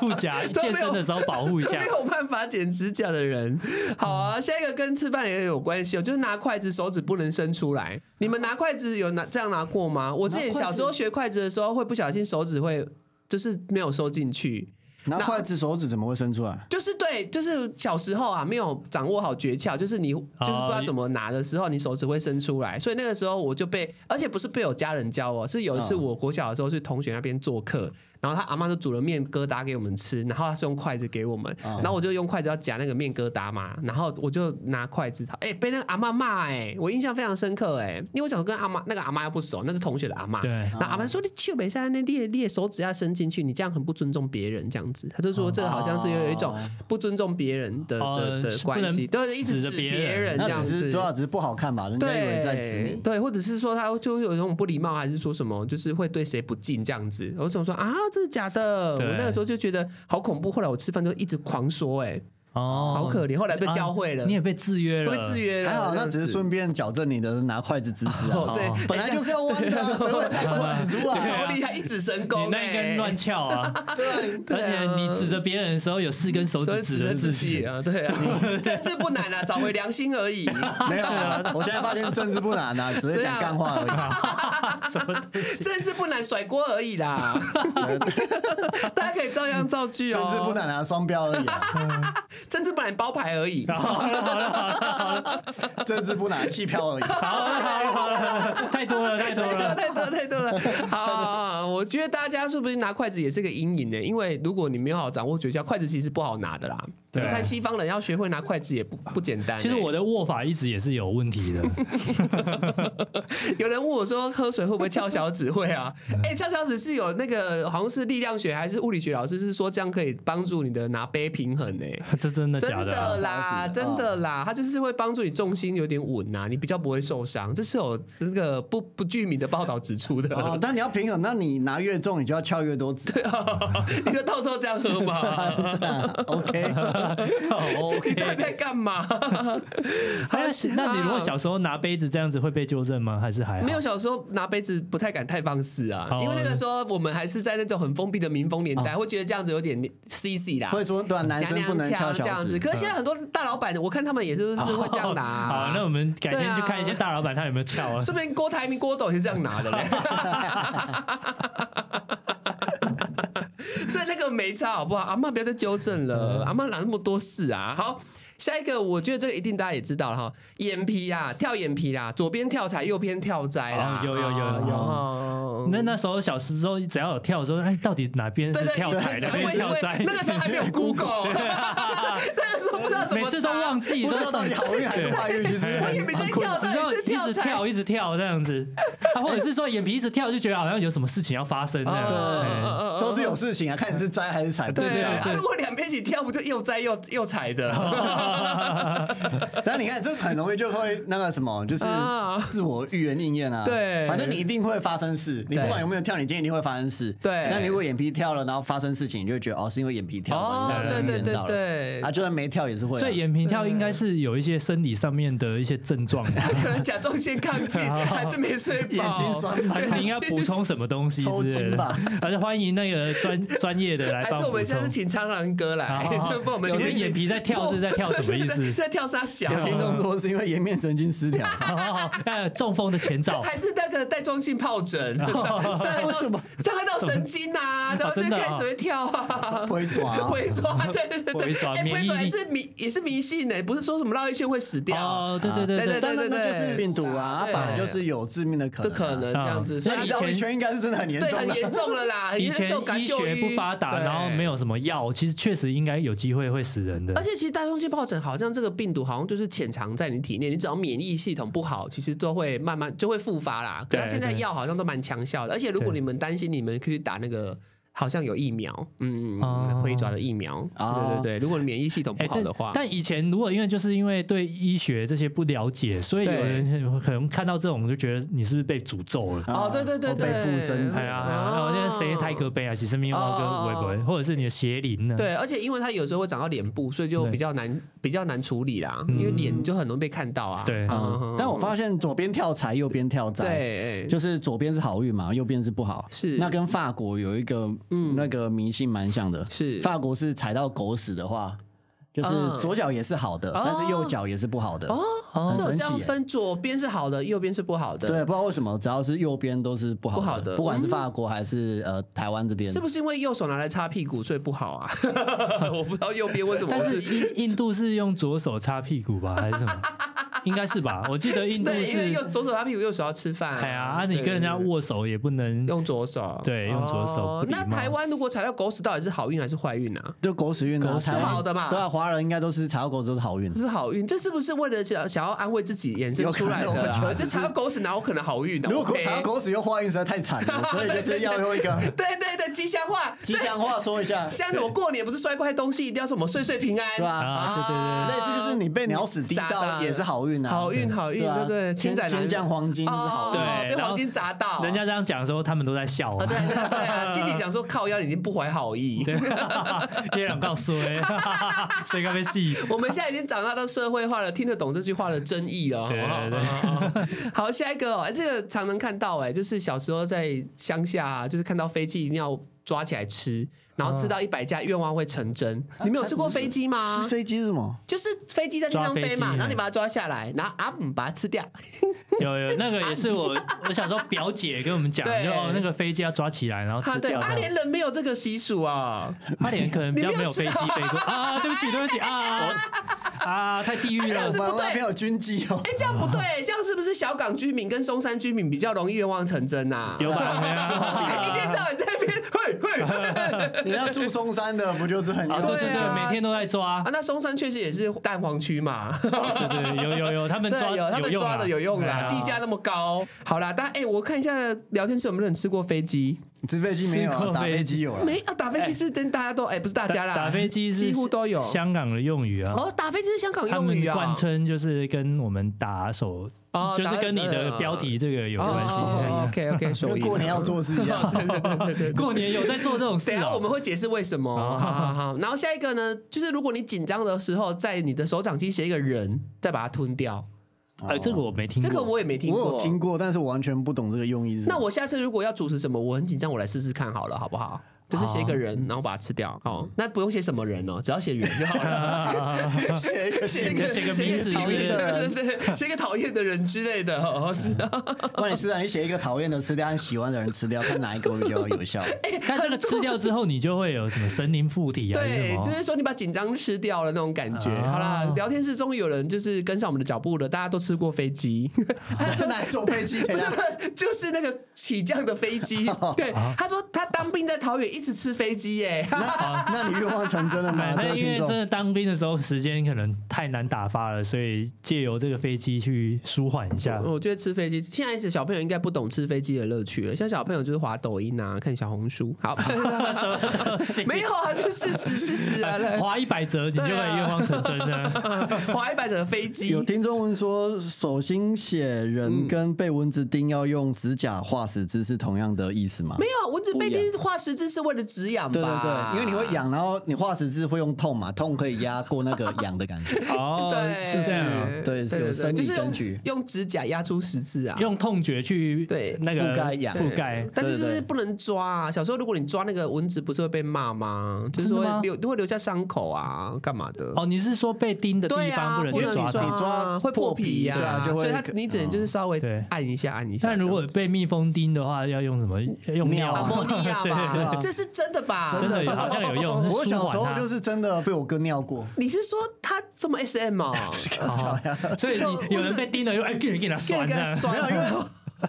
S3: 护甲
S2: 都没有
S3: 健身的时候保护一下
S2: 没。有办法剪指甲的人，好啊。
S3: 嗯
S2: 下一个跟吃饭也有关系哦，就是拿筷子手指不能伸出来。你们拿筷子有拿这样拿过吗？我之前小时候学筷子的时候，会不小心手指会就是没有收进去，
S1: 拿筷子手指怎么会伸出来？
S2: 就是对，就是小时候啊，没有掌握好诀窍，就是你就是不知道怎么拿的时候，你手指会伸出来，所以那个时候我就被，而且不是被我家人教哦，是有一次我国小的时候去同学那边做客，然后他阿妈就煮了面疙瘩给我们吃，然后他是用筷子给我们，然后我就用筷子要夹那个面疙瘩嘛，然后我就拿筷子，哎、被那个阿妈骂哎，我印象非常深刻哎、因为我小时候跟阿妈那个阿妈又不熟，那是同学的阿妈，
S3: 对
S2: 那阿曼说：“你去北山，那列列手指要伸进去，你这样很不尊重别人。”这样子，他就说这个好像是有一种不尊重别人的的
S3: 哦
S2: 的
S3: 是不
S2: 关系，
S3: 能
S2: 对，一直
S3: 指着
S2: 指
S3: 别
S2: 别
S3: 人
S2: 人这
S1: 那
S2: 样
S1: 只是
S2: 子
S1: 对。啊，只是不好看吧？人家以为在指
S2: 对
S1: 你。
S2: 对，或者是说他就有一种不礼貌，还是说什么，就是会对谁不敬这样子。我总说啊，这是假的。
S3: 对
S2: 我那个时候就觉得好恐怖。后来我吃饭就一直狂说、哎，
S3: 哦，
S2: 好可怜，后来被教会了，
S3: 你也被制约了，
S2: 被制约了，
S1: 还好，那只是顺便矫正你的拿筷子姿势
S2: 哦
S1: 啊。
S2: 对，
S1: 本来就是要弯的啊，谁会拿筷子猪
S2: 哎
S1: 啊？
S2: 超厉害，一指神
S3: 你
S2: 功
S3: 那一根
S2: 哎，
S3: 乱翘 啊，
S1: 对啊，
S3: 而
S2: 啊
S3: 且你指着别人的时候有四根手
S2: 所
S3: 指
S2: 以
S3: 指
S2: 指
S3: 着
S2: 着自
S3: 自己
S2: 己，啊，对 啊，这这不难啊，找回良心而已。
S1: 没有啊，我现在发现政治不难啊，只是讲干话而
S2: 啊
S1: 已。
S3: 什么东西
S2: 政治不难，甩锅而已啦。大家可以照样造句哦。
S1: 政治不，难啊，双标而已 啊。
S2: 政治不难，包牌而已。
S3: 好了好了好了好了
S1: 政治不难，弃票而已。
S3: 好了好了好了，太多了太多
S2: 太多了
S3: 了，
S2: 太多了 太多了。好好，好好我觉得大家是不是拿筷子也是个阴影呢？因为如果你没有好好掌握诀窍，筷子其实不好拿的啦。你
S3: 对
S2: 看西方人要学会拿筷子也不不简单欸。
S3: 其实我的握法一直也是有问题的，
S2: 有人问我说，喝水会不会翘小指？会啊。哎、翘小指是有那个好像是力量学还是物理学老师是说这样可以帮助你的拿杯平衡呢、
S3: 这真的
S2: 真
S3: 假的啊？
S2: 的
S1: 小
S2: 啦，
S1: 指
S2: 真的啦，它就是会帮助你重心有点稳呐、啊你比较不会受伤。这是有那个不不具名的报道指出的。
S1: 哦，但你要平衡，那你拿越重，你就要翘越多指。
S2: 你就到时候这样 喝嘛？
S1: 这样 OK，
S3: 哦
S2: 你到底
S3: OK。
S2: 在干嘛？
S1: 啊
S3: 还有那你如果小时候拿杯子这样子会被纠正吗？还是还好
S2: 没有小时候拿杯子不太敢太放肆啊，
S3: 哦
S2: 因为那个时候我们还是在那种很封闭的民风年代，会觉得这样子有点 CC 啦。
S1: 哦会说对啊，男
S2: 娘
S1: 生不
S2: 娘
S1: 能翘
S2: 腔这
S1: 小
S2: 样
S1: 指。嗯
S2: 子，
S1: 哦
S2: 可是现在很多大老板，我看他们也就是会这样拿、啊
S3: 好，那我们改天去看一些大老板他有没有翘 啊。
S2: 顺便郭台铭、郭董也是这样拿的嘞。 所以那个没差好不好？阿妈不要再纠正
S3: 嗯
S2: 了，阿妈哪那么多事啊？好，下一个我觉得这个一定大家也知道了哈，眼皮啊，跳眼皮啦，左边跳财，右边跳灾啦、
S3: 哦有有有有
S2: 有
S3: 那那时候小时候只要有跳的时候，哎，到底哪边
S2: 对
S3: 是
S2: 对，
S3: 跳台哪边
S2: 会
S3: 是跳
S2: 会
S3: 灾？
S2: 那个时候还没有 Google，那个时候不知道怎
S3: 每
S2: 么
S3: 次都
S2: 查
S3: 忘记，
S1: 不知道到底好运还是坏运，其实
S2: 我以为在跳
S3: 只
S2: 到
S3: 要
S2: 底是
S3: 一
S2: 跳
S3: 直
S2: 财
S3: 啊跳一直跳这样子，啊，或者是说眼皮一直跳就觉得好像有什么事情要发生这样。哎
S2: 嗯
S1: 都是有事情啊，看你是摘还是采。
S2: 对
S3: 对
S2: 对
S3: 啊
S2: 啊，如果两边一起跳，不就又摘又又踩的？
S3: 哦
S1: 但你看，这很容易就会那个什么，就是
S2: 啊
S1: 自我预言应验啊。
S2: 对
S1: 反正你一定会发生事，你
S2: 对
S1: 不管有没有跳，你今天一定会发生事。
S2: 对
S1: 那你如果眼皮跳了，然后发生事情，你就会觉得哦，是因为眼皮跳
S2: 哦
S1: 了，你才
S2: 对对
S1: 预言到了
S2: 对对
S1: 啊，就算没跳也是会啊。
S3: 所以眼皮跳应该是有一些生理上面的一些症状吧，
S2: 可能甲状腺亢进，还是没睡饱，
S1: 眼睛酸
S3: 还
S1: 麻
S3: 是你应该补充什么东西之类
S1: 抽筋
S3: 的
S1: 吧？
S3: 还是欢迎那个 专专业的来
S2: 还
S3: 帮
S2: 是我
S3: 补
S2: 们下次
S3: 充。
S2: 请苍狼哥来，
S3: 好好好
S2: 就帮我们
S3: 有点眼皮在跳是在跳什么意思
S2: 在跳啥小？
S1: 有听众说是因为颜面神经失调，
S3: 好好好，那中风的前 兆。
S2: 还是那个带状性疱疹，伤伤害到
S1: 什么
S2: 伤害到神经啊，然后就
S3: 哦真的啊
S2: 开始会跳啊。
S1: 不会抓啊。
S2: 回抓， 对对对对，
S3: 回抓
S2: 哎
S3: 免
S2: 回
S3: 疫
S2: 抓也
S3: 力
S2: 是迷，也是迷信呢，不是说什么绕一圈会死掉，
S3: 哦，对对对
S2: 对
S3: 对，
S1: 但是那就
S2: 对
S1: 是
S2: 对
S1: 病毒啊，它
S2: 对
S1: 本来就是有致命的可
S2: 这
S1: 能啊。
S2: 可能这样子，所
S1: 那
S2: 以
S3: 哦以
S1: 绕一
S3: 前
S1: 圈应该是真的很严
S2: 对
S1: 重
S2: 很
S1: 啊。
S2: 严重了啦，
S3: 以前
S2: 哎这种感
S3: 医学不发达，然后没
S2: 有。
S3: 有什么药，其实确实应该有机会会死人的
S2: 而。且其实带状性疱疹好像这个病毒好像就是潜藏在你体内，你只要免疫系统不好，其实都会慢慢就会复发啦。可
S3: 对
S2: 是现在药好像都蛮强效的，而且如果
S3: 对
S2: 你们担心，你们可以去打那个好像有疫苗，嗯，
S3: 哦
S2: 嗯，会抓的疫苗。
S1: 哦
S2: 对对对，如果你免疫系统
S3: 哎
S2: 不好的话，
S3: 但但以前如果因为就是因为对医学这些不了解，所以有
S2: 对
S3: 人可能看到这种就觉得你是不是被诅咒了？
S2: 哦，对对对
S1: 哦
S2: 对，
S1: 被附身之
S3: 哎
S1: 类的
S3: 呀，哎呀我现在谁泰戈杯啊，其实命猫
S2: 哦
S3: 哥会不会，或者是你的邪灵呢？
S2: 对，而且因为它有时候会长到脸部，所以就
S3: 对
S2: 比较难比较难处理啦，因为脸就很容易被看到啊。
S3: 对
S2: 嗯
S1: 但我发现左边跳财，右边跳灾。
S2: 对，哎
S1: 就是左边是好运嘛，右边是不好。
S2: 是嗯
S1: 那跟法国有一个那个迷信蛮像的，
S2: 是
S1: 法国是踩到狗屎的话，就是
S2: 嗯哦
S1: 左脚也是好的，但是右脚也是不好的。
S2: 是有
S1: 很神
S2: 这
S1: 奇
S2: 样
S1: 耶
S2: 分，左边是好的，右边是不好的。
S1: 对，不知道为什么，只要是右边都是不好的，
S2: 不好的嗯
S1: 管是法国还是呃台湾这边
S2: 是。不是因为右手拿来擦屁股，所以不好啊？ 我不知道右边为什么
S3: 但是
S2: 是。
S3: 印印度是用左手擦屁股吧，还是什么？应该是吧？我记得印度
S2: 对，因为
S3: 是
S2: 右，左手擦屁股，右手要吃饭、
S3: 哎呀，啊，你跟人家
S2: 对
S3: 握手也不能
S2: 用左手，哦
S3: 对用左手不礼貌
S2: 那台湾如果踩到狗屎，到底是好运还是坏运啊？
S1: 就狗屎运啊，
S2: 狗屎
S1: 台湾
S2: 好的嘛
S1: 对啊，华人应该都是踩到狗屎都是好运
S2: 这。是好运，这是不是为了想想要安慰自己衍生出来
S1: 有可
S2: 的、
S1: 能我觉
S2: 啊？
S1: 得
S2: 这
S1: 是
S2: 踩到狗屎哪有可能好运啊？
S1: 如果狗
S2: OK
S1: 踩到，狗屎又坏运实在太惨 了，所以就是要用一个
S2: 对对对，吉祥话，
S1: 吉祥话说一下，
S2: 像我过年不是摔块东西，一定要什么岁岁平安，
S1: 对吧、
S3: 啊，对对对。
S1: 类似就是你被鸟屎滴
S2: 砸
S1: 到
S2: 到
S1: 也是好运啊，
S2: 好运好运
S1: 啊
S2: 对对
S1: 天
S2: 千载难
S1: 天降黄金是好
S2: 哦
S1: 运，
S3: 对
S2: 被
S3: 然
S2: 黄
S3: 后
S2: 金砸到，
S3: 人家这样讲的时候，他们都在笑
S2: 啊，
S3: 我。
S2: 对对对 啊，心里想说靠腰已经不怀好意。
S3: 对，耶朗告诉 哎，谁该被戏？
S2: 我们现在已经长大到社会化了，听得懂这句话的真意了，好不好？
S3: 对对
S2: 好，下一个、哦，哎这个常能看到、哎，就是小时候在乡下、啊，就是看到飞机一定要抓起来吃，然后吃
S3: 啊
S2: 到一百架，愿望会成真。你们有吃过飞机吗
S1: 啊吃？飞机是什么？
S2: 就是飞机在天上
S3: 抓飞
S2: 飞嘛，
S3: 机
S2: 然后你把它抓下来，然后阿姆把它吃掉。
S3: 有有，那个也是我我小时候表姐跟我们讲，
S2: 对
S3: 就哦那个飞机要抓起来，然后
S2: 啊，
S3: 吃
S2: 对，
S3: 掉。
S2: 阿联人没有这个习俗啊。
S3: 阿莲可能比较没有飞
S2: 你
S3: 机飞过啊，对不起对不起啊啊，太地狱
S2: 这
S3: 了
S2: 样
S1: 我
S2: 子。不对
S1: 们那边有军机哦
S2: 哎、，这样不对，这样是不是小港居民跟松山居民比较容易愿望成真呐、啊？
S3: 有吧？没
S2: 一
S3: 啊
S2: 天到晚在那边，嘿嘿嘿
S1: 你要住松山的不就是很
S3: 啊，对对
S2: 对
S3: 对，
S2: 啊
S3: 每天都在抓
S2: 啊，，那松山确实也是蛋黄区嘛，
S3: 对对，有有有，他们抓
S2: 对，有他们
S3: 用
S2: 抓
S3: 啊
S2: 的有用啦，
S3: 对
S2: 地
S3: 啊
S2: 价那么高。好啦，但哎、我看一下聊天室有没有人吃过飞机？
S1: 吃飞机没有
S3: 吃
S1: 啊，
S3: 过
S1: 打飞
S3: 飞
S1: 机
S3: 机
S1: 有了。
S2: 没啊，打飞机是等大家都哎、不是大家啦，
S3: 打打飞机是
S2: 几乎都有。
S3: 香港的用语啊。
S2: 哦，打飞机是香港
S3: 他
S2: 用
S3: 们
S2: 语啊，
S3: 贯称就是跟我们打手，
S2: 哦
S3: 就是跟你的标题这个有关系。
S2: 哦，OK OK，手
S1: 跟
S2: 艺。
S1: 过年要做事一样，
S2: 对对对对对。
S3: 过年有在做这种事
S2: 等一下
S3: 啊
S2: 我？们会解释为什么。好
S3: 哦
S2: 好好。然后下一个呢，就是如果你紧张的时候，在你的手掌心写一个人，再把它吞掉。
S1: 哦
S3: 哎，这个我没听
S2: 这个
S3: 过。
S2: 我也没听
S1: 我
S2: 过。
S1: 有听过，但是我完全不懂这个用意是什么。
S2: 那我下次如果要主持什么，我很紧张，我来试试看好了，好不好？就是写一个
S3: 哦
S2: 人，然后把它吃掉。
S3: 嗯
S2: 好，那不用写什么人哦，只要写人就好了。
S1: 我写一个信
S2: 写一个
S1: 的，
S3: 写 个
S2: 写一
S3: 名字
S2: 个讨厌的
S1: 是
S2: 人，对对对，写一个讨厌的人之类的 哦，知道。
S1: 关你事啊！你写一个讨厌的吃掉，和喜欢的人吃掉，看哪一个会比较有 效。
S3: 但这个吃掉之后，你就会有什么神灵附体啊？还 是
S2: 对
S3: 什，么
S2: 就是说你把紧张吃掉了那种感觉。
S3: 啊
S2: 好啦，聊天室终于有人就是跟上我们的脚步了，大家都吃过飞机。
S1: 这哪一种飞机？等一下
S2: 哎就是那个起降的飞机。对，他说他当兵在桃园一直吃飞机耶。
S1: 那那你愿望成真了
S3: 哎
S1: 吗？这
S3: 那
S1: 位
S3: 因为
S1: 听
S3: 真
S1: 众，
S3: 的当兵的时候，时间可能太难打发了，所以借由这个飞机去舒缓一下。
S2: 我觉得吃飞机，现在小朋友应该不懂吃飞机的乐趣了。像小朋友就是滑抖音啊，看小红书。好，
S3: 什么东西
S2: 没有啊，这是事实，事实啊。来
S3: 划一百折，你就可以
S2: 对啊
S3: 愿望成真的。
S2: 滑一百折的飞机
S1: 有，听众问说，手心写人跟被蚊子叮要用指甲画十字是同样的意思吗
S2: 没？有啊蚊子被叮画十字是为了止痒吧？
S1: 对对对，因为你会。痒，然后你画十字会用痛嘛，痛可以压过那个痒的感 觉。
S2: 啊
S3: 哦，
S2: 对，
S3: 是这样啊。
S1: 对是有生理
S2: 就是
S1: 根据
S2: 用用指甲压出十字啊，
S3: 用痛觉去
S2: 对
S3: 那个
S1: 覆盖痒
S3: 覆盖。
S2: 但是就
S1: 对对
S2: 是不能抓啊！小时候如果你抓那个蚊子，不是会被骂吗？就是
S3: 哦真的
S2: 会
S3: 吗
S2: 留会留下伤口啊，干嘛的？
S3: 哦，你是说被叮的
S2: 对
S3: 地
S2: 啊，
S3: 方不能
S2: 不
S3: 去
S2: 能
S3: 抓
S2: 抓
S3: 它？
S1: 你抓
S2: 会破皮呀、
S1: 破皮对啊就会
S2: 所以它你只能就是稍微
S3: 对
S2: 按一下，按一下。
S3: 但如 果哦被蜜蜂叮的话，要用什么？用
S1: 尿
S3: 尿
S1: 啊
S2: 阿
S3: 啊？
S2: 莫尼亚
S1: 对
S2: 吧
S1: 对，对
S2: 这是真的吧？
S1: 真
S3: 真
S1: 的
S3: 的有好像有用。
S1: 我小时
S3: 舒缓啊
S1: 候
S3: 它
S1: 就是真的被我哥尿过，
S2: 你是说他这么 SM 哦？
S3: 哦，所以你有人被叮了，又哎，给人给他
S2: 给
S3: 酸
S2: 给他
S3: 了。
S1: 没有，因
S2: 酸，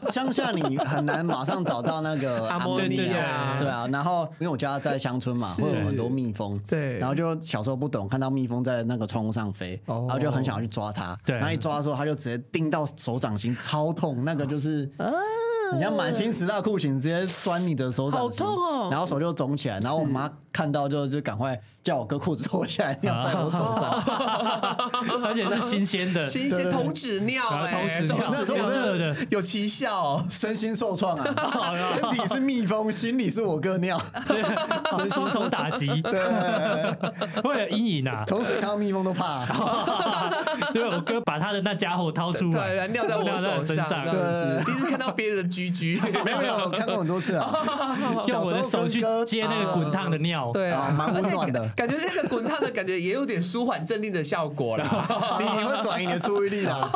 S1: 为乡下你很难马上找到那个
S2: 阿莫
S3: 尼
S1: 尼
S3: 亚
S1: 对啊。然后因为我家在乡村嘛，会有很多蜜蜂，
S2: 对
S1: 然后就小时候不懂，看到蜜蜂在那个窗户上飞，
S2: 哦
S1: 然后就很想要去抓它，
S3: 对
S1: 然后一抓的时候，它就直接叮到手掌心，超痛，那个就是。
S2: 啊
S1: 你像满清十大酷刑，直接钻你的手掌心，
S2: 好痛哦
S1: 然后手就肿起来，然后我妈看到就就赶快叫我哥裤子脱下来尿在我手上，
S3: 而且是新鲜的，
S2: 是一些童子尿
S3: 然后
S2: 哎、
S3: 同时
S2: 童
S3: 尿
S1: 那时候我真
S3: 热 的，
S2: 有奇效、哦。
S1: 身心受创 啊！身体是蜜蜂，心里是我哥尿，
S3: 对，双重打击，
S1: 对，
S3: 会有阴影啊。
S1: 从此看到蜜蜂都 怕。
S3: 对，我哥把他的那家伙掏出
S2: 对啊，
S3: 来，
S2: 尿在我
S3: 尿在
S2: 手
S3: 我身
S2: 上，
S3: 上
S2: 这样子
S1: 对
S2: 第一次看到别人的居居，
S1: 没有没有，我看过很多次啊。
S3: 用
S1: 小
S3: 我的
S1: 时候
S3: 手去
S1: 跟哥
S3: 接那个滚烫的尿。
S2: 对
S1: 啊，
S2: 啊，
S1: 蛮温暖的。
S2: 感觉那个滚烫的感觉也有点舒缓镇定的效果 啦。
S1: 你会转移你的注意力的，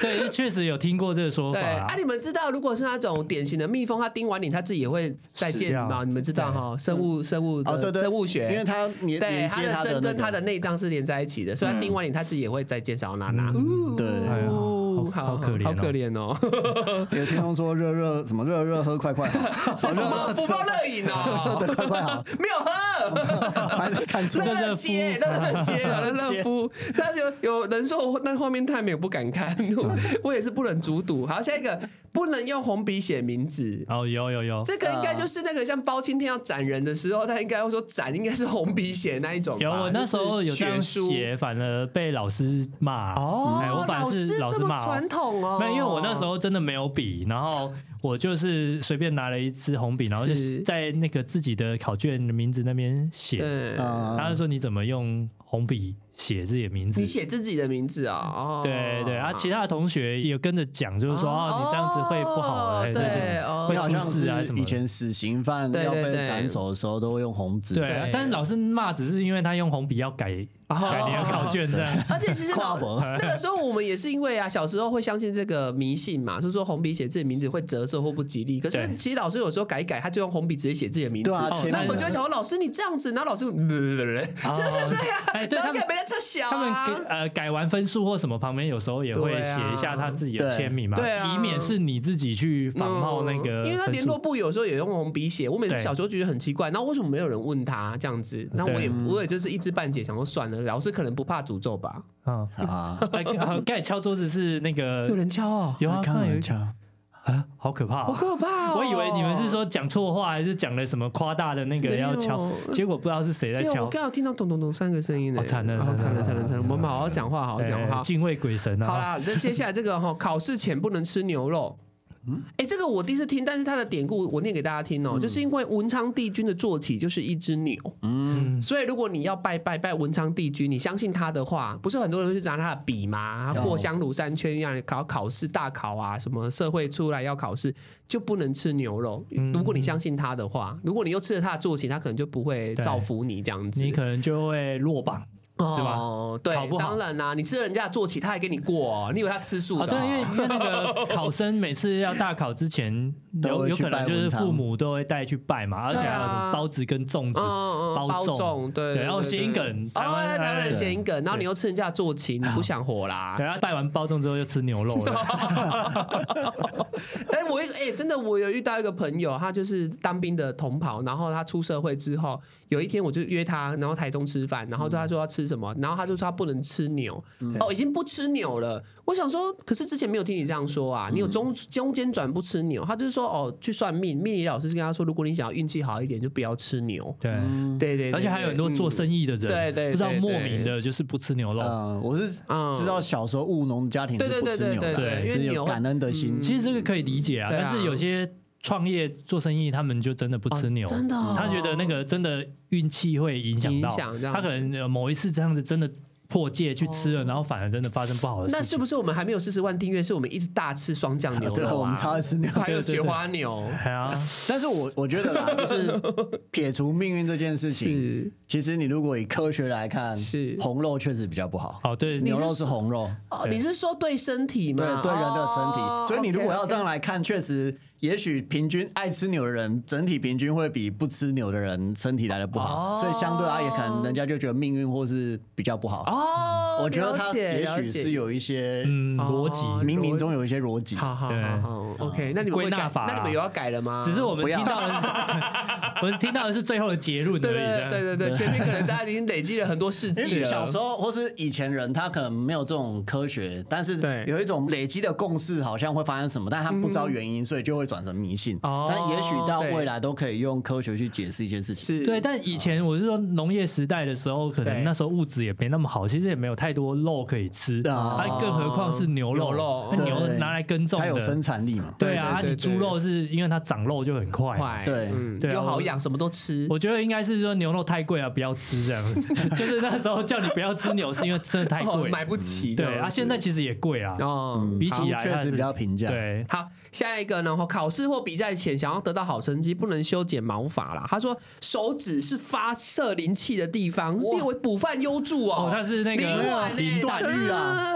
S3: 对，确实有听过这个说法
S2: 对，
S3: 啊
S2: 啊，。你们知道，如果是那种典型的蜜蜂，它叮完你，它自己也会再
S3: 死
S2: 见
S3: 掉
S2: 吗？你们知道哈，生物生物的
S1: 哦对对
S2: 生物学，
S1: 因为它连
S2: 对
S1: 连
S2: 它
S1: 接它
S2: 的
S1: 的
S2: 针
S1: 那
S2: 跟它的
S1: 个，嗯
S2: 内脏是连在一起的，所以它叮完你，它自己也会再见少娜娜。
S3: 哎
S1: 对。
S3: 呀
S2: 哦，
S3: 好好可怜哦
S2: 好可怜哦，
S1: 有听众说热热什么热热喝快快好，
S2: 福
S1: 热热
S2: 报福报热饮哦，
S1: 快快好，
S2: 没有喝，
S1: 还在看错
S2: 乐，乐街，乐 乐街，乐乐夫，但是有有人说我那画面太美，我不敢看，
S3: 嗯
S2: 我我也是不能阻堵。好，下一个不能用红笔写名字。
S3: 哦，有有有
S2: 这个应该就是那个像包青天要斩人的时候，他应该会说斩，应该是红笔写那一种吧。
S3: 有，我那时候
S2: 就
S3: 有
S2: 是
S3: 这
S2: 血
S3: 样
S2: 书
S3: 写，反而被老师骂。
S2: 哦
S3: 哎，我反而是
S2: 老
S3: 老
S2: 师
S3: 师
S2: 这么
S3: 骂哦。
S2: 传统哦，
S3: 没有，因为我那时候真的没有笔，然 后我就是随便拿了一支红笔，然后就是在那个自己的考卷的名字那边写。
S2: 对，
S3: 他
S1: 啊
S3: 就说你怎么用红笔写自己的名字
S2: 你？写自己的名字啊，哦，
S3: 对对，啊，其他的同学也跟着讲，就是说
S2: 哦
S3: 哦，你这样子会不好，哎对
S2: 对哦
S3: 会
S1: 你好
S3: 出
S1: 像
S3: 事啊
S1: 是
S3: 什么
S1: 以
S3: 的。
S1: 前死刑犯
S2: 对
S1: 要
S2: 对对
S1: 被斩首的时候都会用红纸，
S3: 对啊
S2: 对，
S3: 但是老师骂只是因为他用红笔要改
S2: 哦
S3: 改你的考卷这样。
S2: 而且其实老
S1: 跨博
S2: 那个时候我们也是因为啊，小时候会相信这个迷信嘛，就是说红笔写自己名字会折寿或不吉利。可是
S3: 对
S2: 其实老师有时候改一改，他就用红笔直接写自己的名字。
S1: 对啊，
S3: 哦
S1: 前
S2: 那
S1: 面
S2: 我就会想说，老师你这样子，然后老师，就是 这样，
S3: 哎对
S2: 然后
S3: 他们
S2: 根本在测小
S3: 他们
S2: 啊
S3: 给。呃改完分数或什么，旁边有时候也会
S2: 对啊
S3: 写一下他自己的签名嘛，
S2: 对啊
S3: 以免是你自己去仿冒那个
S2: 嗯
S3: 分数。
S2: 因为他联络部有时候也用红笔写，我每次
S3: 对
S2: 小时候觉得很奇怪，那为什么没有人问他这样子？那我也我也就是一知半解，想说算了，老师可能不怕诅咒吧？
S3: 嗯，
S1: 啊，
S3: 哎 好，刚才敲桌子是那个
S2: 有人敲哦，
S3: 有啊，
S1: 开
S3: 刚才有
S1: 玩
S3: 一
S1: 笑，
S3: 啊，好可怕
S2: 好
S3: 啊！
S2: 可怕哦！
S3: 我以为你们是说讲错话，还是讲了什么夸大的那个
S2: 没有
S3: 要敲，结果不知道是谁在
S2: 是啊
S3: 敲哎
S2: 我。刚好听到咚咚咚三个声音呢，
S3: 好惨了
S2: 好惨了，惨
S3: 惨了
S2: 了，惨了！我们好好讲话，好好讲
S3: 哎
S2: 话。
S3: 敬畏鬼神
S2: 好
S3: 啊！
S2: 啦，那接下来这个 哈，考试前不能吃牛肉。哎、这个我第一次听，但是它的典故我念给大家听哦、就是因为文昌帝君的坐骑就是一只牛，
S3: 嗯，
S2: 所以如果你要拜拜拜文昌帝君，你相信他的话，不是很多人会去拿他的笔吗？他
S1: 有
S2: 过香炉三圈，让你考考试大考啊，什么社会出来要考试，就不能吃牛肉。
S3: 嗯
S2: 如果你相信他的话，如果你又吃了他的坐骑，他可能就不会
S3: 对
S2: 造福你这样子。
S3: 你可能就会落榜是吧
S2: 哦，对
S3: 考，不好
S2: 当然啦、你吃了人家的坐骑，他还给你 过、哦，你以为他吃素的、
S3: 啊，
S2: 哦？
S3: 对，因为因为那个考生每次要大考 之前，
S1: 都
S3: 有
S1: 会
S3: 有
S1: 去
S3: 可能
S1: 拜
S3: 就是
S1: 文昌
S3: 父母都会带去拜嘛，而且还有什么包子跟粽
S2: 嗯
S3: 子
S2: 嗯嗯
S3: 包
S2: 包
S3: 粽
S2: 粽，对，
S3: 对然后
S2: 对
S3: 谐音
S2: 对
S3: 梗
S2: 哦
S3: 台湾
S2: 哎台湾人
S3: 哎
S2: 谐音梗，然后你又吃人家的坐骑，你不想活啦？
S3: 然后拜完包粽之后就吃牛肉了，
S2: 哎，我哎，真的，我有遇到一个朋友，他就是当兵的同袍，然后他出社会之后，有一天我就约他，然后台中吃饭，然后
S1: 嗯
S2: 他说要吃什么，然后他就说他不能吃牛，哦，已经不吃牛了。我想说，可是之前没有听你这样说啊，
S1: 嗯
S2: 你有中中间转不吃牛，他就是说哦，去算命，命理老师跟他说，如果你想要运气好一点，就不要吃牛。
S3: 对，
S1: 嗯
S2: 对对，对
S3: 而且还有很多做生意的
S2: 嗯
S3: 人，
S2: 对对
S3: 不知道
S2: 对
S3: 莫
S2: 对
S3: 名的就是不吃牛肉。
S1: 嗯，我是
S2: 嗯
S1: 知道小时候务农家庭
S2: 对
S1: 是
S2: 对
S1: 不
S2: 对
S1: 吃
S2: 对
S1: 牛
S2: 对
S1: 的，
S2: 对，因为
S1: 是有
S2: 牛
S1: 感恩的心，
S3: 其实这个可以理解啊，
S2: 对啊
S3: 但是有些创业做生意，他们就真的不吃牛，
S2: 哦真的哦
S3: 他觉得那个真的运气会影响到
S2: 影响这样子哦
S3: 他可能呃某一次这样子真的破戒去吃了，然后反而真的发生不好的
S2: 那
S3: 事
S2: 是
S3: 情。
S2: 不是我们还没有四十万订阅？是我们一直大吃双酱牛
S1: 对，
S2: 肉、啊、
S1: 我们超爱吃牛。
S2: 还有雪花牛，
S3: 哎呀，
S1: 但是我我觉得啦，就是撇除命运这件事情，
S2: 是
S1: 其实你如果以科学来看，
S2: 是
S1: 红肉确实比较不好，
S3: 哦对，
S2: 你
S1: 牛肉
S2: 是
S1: 是红肉，
S2: 哦，
S3: 对
S2: 你是说对身体
S1: 对
S2: 吗？
S1: 对人的身体，
S2: 哦
S1: 所以你如果要这
S2: OK，OK
S1: 样来看，确实，也许平均爱吃牛的人，整体平均会比不吃牛的人身体来的不好，
S2: 哦
S1: 所以相对而言，可能人家就觉得命运或是比较不好。
S2: 哦，
S1: 我觉得
S2: 了
S1: 他也
S2: 解
S1: 许
S2: 了解
S1: 是有一些
S3: 嗯，逻
S2: 哦
S3: 辑。
S1: 冥冥中有一些逻辑。
S2: 好好好好，OK，那你们会
S3: 归纳
S2: 改
S3: 法啦
S2: 那你们有要改了吗？
S3: 只是我们
S1: 不要
S3: 听到的 是，我们听到的是最后的结论而
S2: 对
S3: 已。这
S2: 对
S3: 样
S2: 对对对，前面可能大家已经累积了很多世
S1: 因
S2: 纪
S1: 为
S2: 了，
S1: 哎 小时候或是以前人，他可能没有这种科学，但是
S2: 对
S1: 有一种累积的共识，好像会发生什么，但他不知道原因，所以就会转成迷信。
S2: 哦
S1: 但也许到
S2: 对
S1: 未来都可以用科学去解释一些事情。
S2: 是
S3: 对，但以前我是说农业时代的时候，可
S2: 对
S3: 能那时候物质也没那么好，其实也没有太多肉可以吃，
S1: 啊
S3: 还更何况是牛
S2: 牛
S3: 肉，
S2: 肉
S3: 那牛
S1: 对
S3: 拿来耕种
S1: 它有生
S3: 的，
S1: 产力嘛？
S3: 对啊，啊
S2: 对对
S3: 你
S2: 对
S3: 猪肉是因为它长肉就很快。
S2: 快，
S1: 对
S2: 嗯，
S3: 对啊
S2: 又好
S3: 我
S2: 养，什么都吃，
S3: 我觉得应该是说牛肉太贵啊，不要吃这样。 就是那时候叫你不要吃牛，是因为真的太
S2: 哦
S3: 贵。
S2: 买不起这样子，
S3: 对啊，现在其实也贵啊，
S2: 哦，
S3: 比起来
S1: 好嗯确
S3: 它
S1: 实
S3: 是
S1: 比较平价。
S3: 对，
S2: 好，下一个呢？考试或比赛前想要得到好成绩，不能修剪毛发啦。他说手指是发射灵气的地方，
S1: 哇
S2: 列为补饭优助
S3: 哦
S2: 哦。
S3: 它是那个
S2: 灵丸
S1: 林段誉啊，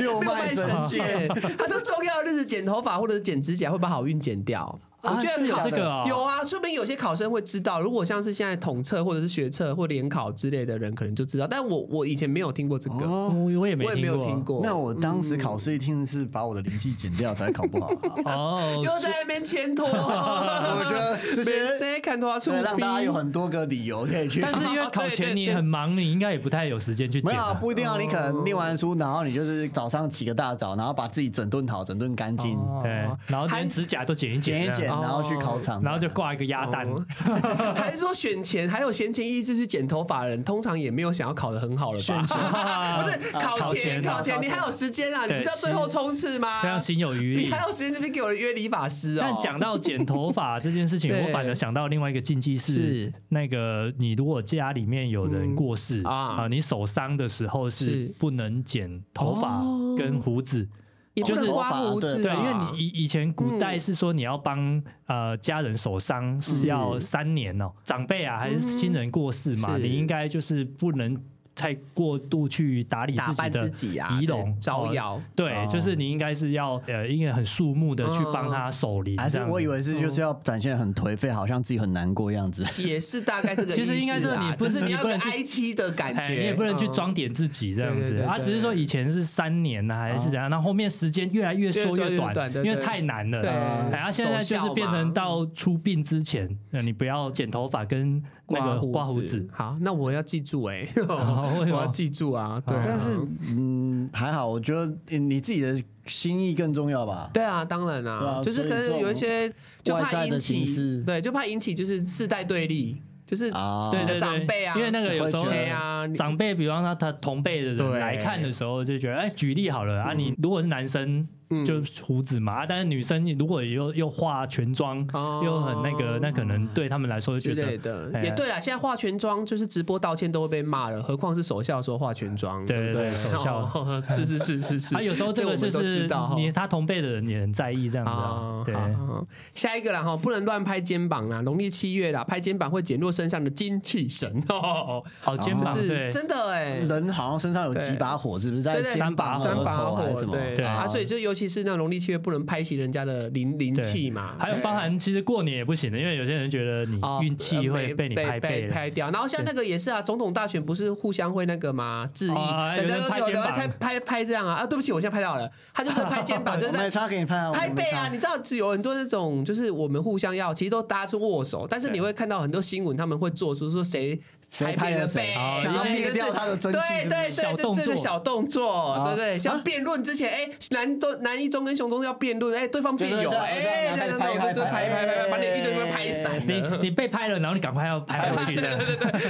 S1: 六脉神
S2: 神剑，他说重要的日子剪头发或者是剪指甲会把好运剪掉。我觉
S1: 啊是
S2: 得
S1: 有
S2: 考
S1: 这
S3: 个哦
S2: 有啊，说不定有些考生会知道。如果像是现在统测或者是学测或联考之类的人，可能就知道。但我我以前没有听过这个，
S1: 哦，
S3: 我我也没
S2: 我也没有听
S3: 过。
S1: 啊
S2: 过。
S1: 那我当时
S2: 嗯
S1: 考试一定是把我的灵气减掉才考不好啊、
S3: 哦，
S2: 又在那边牵拖，我
S1: 我觉得这 些
S2: 谁看拖啊出
S1: 对，让大家有
S2: 逼
S1: 很多个理由可以去。
S3: 但是因为考前你很忙，你应该也不太有时间去
S1: 没
S3: 剪
S1: 有啊、
S3: 啊。
S1: 不一定啊。你可能念完书，然后你就是早上起个大早，然后把自己整顿好、整顿干净，
S2: 哦
S3: 对，然后连
S2: 还
S3: 指甲都剪一
S1: 剪一
S3: 这
S1: 剪，
S3: 样
S1: 然后去考场，
S3: 然后就挂一个鸭蛋。
S2: 哦 还是说选前还有闲情逸致去剪头发的人，通常也没有想要考得很好了吧？ 不是考
S3: 啊考
S2: 前，考前
S3: 前
S1: 考前
S2: 你还有时间啊？你
S3: 对
S2: 不是要最后冲刺吗
S3: 非？常心有余
S2: 你
S3: 力
S2: 还。有时间这边给我约理发师哦。
S3: 但讲到剪头发这件事情，
S2: 对
S3: 我反而想到另外一个禁忌
S2: 是
S3: 是，那个你如果家里面有人过世
S2: 嗯啊
S3: 啊，你手伤的时候
S2: 是
S3: 是不能剪头发
S2: 哦
S3: 跟胡子。
S2: 也不
S1: 就
S2: 能
S1: 是
S2: 刮胡子啊，
S1: 对
S3: 对，因为你以以前古
S2: 嗯
S3: 代是说你要帮呃家人守丧是要三年哦，长辈
S2: 嗯
S3: 啊还是亲人过世嘛，
S2: 是
S3: 你应该就是不能太过度去打理
S2: 打
S3: 自己
S2: 扮
S3: 的
S2: 自己啊，
S3: 仪容
S2: 对招。
S3: 哦
S2: 摇。
S3: 对，就是你应该是要呃，应该很肃穆的去帮
S2: 嗯
S3: 他守灵，
S1: 还
S3: 这
S1: 是
S3: 样子哦
S1: 我以为是就是要展现很颓废，好像自己很难过样子。
S2: 也是大概 这个意思啊，
S3: 其实应该是你不
S2: 就是是你
S3: 你
S2: 要有
S3: 不
S2: 个
S3: 能去
S2: 哀戚的感
S3: 哎，
S2: 觉，
S3: 你也不能去
S2: 嗯
S3: 装点自己这样
S2: 对对
S3: 子
S2: 对
S3: 啊，
S2: 对
S3: 只是说以前是三年呐，还是怎样，那后面时间越来越缩
S2: 越短越
S3: 短
S2: 短对，
S3: 因为
S2: 对
S3: 太难了。
S2: 对
S3: 哎，啊，现
S2: 手
S3: 在就是
S2: 效
S3: 变
S2: 嘛
S3: 成到出殡之前，那你不要剪头发跟那个刮胡子。。
S2: 好，那我要记住 哎、
S3: 哦
S2: 我
S3: 为什么
S2: 要记住啊。对啊
S1: 但是嗯，还好，我觉得你自己的心意更重要吧。
S2: 对啊，当然
S1: 对
S2: 啊，
S1: 啊
S2: 就是可
S1: 所以这
S2: 能
S1: 种
S2: 有一些就
S1: 外
S2: 怕
S1: 在
S2: 引
S1: 的形
S2: 起，
S1: 式
S2: 对，就怕引起就是世代对立，就是
S1: 啊
S3: 对对对，
S2: 长辈啊
S3: 因为那个有时候
S1: 会觉
S2: 对
S1: 得
S2: 啊，你
S3: 长辈，比方说他同辈的
S2: 对
S3: 人来看的时候，就觉得，哎，举例好了啊，你如果是男生。
S2: 嗯
S3: 就胡子嘛，啊但是女生如果又又化全妆，
S2: 哦
S3: 又很那个，那可能对他们来说
S2: 之
S3: 就觉
S2: 类
S3: 得，
S2: 的
S3: 哎
S2: 也对啦。现在化全妆就是直播道歉都会被骂了，何况是首校说化全妆，
S3: 对
S2: 对
S3: 对
S2: 不
S3: 对首校
S2: 哦是是是是是。
S3: 啊，有时候
S2: 这
S3: 这个
S2: 我
S3: 就
S2: 们都知
S3: 是
S2: 道哈
S3: 你他同辈的人也很在意这样子啊
S2: 啊，，
S3: 对
S2: 好，好下一个啦哈，哦不能乱拍肩膀啦，农历七月啦，拍肩膀会减弱身上的精气神哦，
S3: 好肩膀
S2: 是
S3: 啊对，
S2: 真的哎、
S1: 人好像身上有几把火，是不是在
S2: 对对
S1: 肩膀、
S2: 三
S1: 额
S2: 把
S1: 啊头还
S2: 火
S1: 是什么？
S2: 对
S3: 对
S2: 啊，
S1: 啊
S2: 所以就尤其是那农历七月不能拍熄人家的灵灵
S3: 对
S2: 气嘛，
S3: 还有包含其实过年也不行的，因为有些人觉得你
S2: 哦
S3: 运气会被你
S2: 被
S3: 拍背
S2: 被
S3: 了。
S2: 拍掉，然后像那个也是啊，总统大选不是互相会那个吗？致意，
S3: 哦
S2: 人家
S3: 有人
S2: 都
S3: 拍
S2: 有
S3: 肩
S2: 人
S3: 膀
S2: 拍拍拍这样啊啊！对不起，我现在拍到了，他就是拍肩 膀，就是
S1: 我
S2: 在
S1: 没差给你拍啊，我
S2: 拍
S1: 没
S2: 背啊，
S1: 差
S2: 你知道有很多那种，就是我们互相要，其实都大家是握手，但是你
S3: 对
S2: 会看到很多新闻，他们会做出说谁
S1: 谁
S2: 拍
S1: 拍
S2: 别人
S1: 了
S2: 的背
S1: 谁，
S3: 哦
S1: 想要
S3: 一些
S1: 灭掉他的
S2: 对
S1: 真气
S2: 对
S1: 是不是
S2: 对，
S3: 小
S2: 这
S3: 动
S2: 这个
S3: 作
S2: 小动作，
S1: 啊
S2: 对不对？像辩论之前，哎，南中南一中跟雄中要辩论，哎，对方辩友，
S1: 就是这样
S2: 哎，
S1: 这
S2: 对
S1: 样
S2: 对对，
S1: 拍
S2: 我就拍
S1: 拍
S2: 拍
S1: 拍
S2: 拍，把你
S1: 哎
S2: 一堆堆拍散
S3: 你
S2: 的，
S3: 你被拍了，然后你赶快要拍回 去的。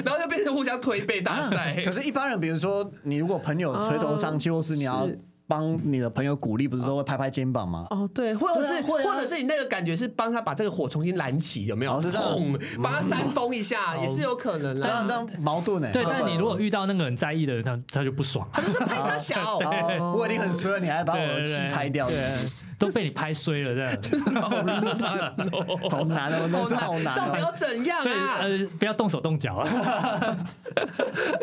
S2: 然后就变成互相推背大赛。
S1: 可是，一般人，比如说你如果朋友垂头丧气，或是你要
S2: 嗯是
S1: 帮你的朋友鼓励，不是都会拍拍肩膀吗？
S2: 哦，对，或者
S1: 对啊
S2: 是、
S1: 会啊
S2: 或者是你那个感觉是帮他把这个火重新燃起，有没有？
S1: 哦是这样
S2: 砰，帮他煽风一下、也是有可能
S1: 这
S2: 啦
S1: 样。这样矛盾欸呢？
S3: 对，但你如果遇到那个很在意的人，他他就不爽。
S2: 他啊就是拍他 小，
S1: 哦，我已经很衰了，你还把我的气拍掉，
S3: 对
S1: 是
S3: 对
S1: 不
S3: 对
S1: 是
S3: 都被你拍衰了这 样。
S1: 好难哦，那是好
S2: 好
S1: 难
S2: 难，到
S1: 哦。
S2: 底要怎样
S3: 所以
S2: 啊？
S3: 呃，不要动手动 脚啊。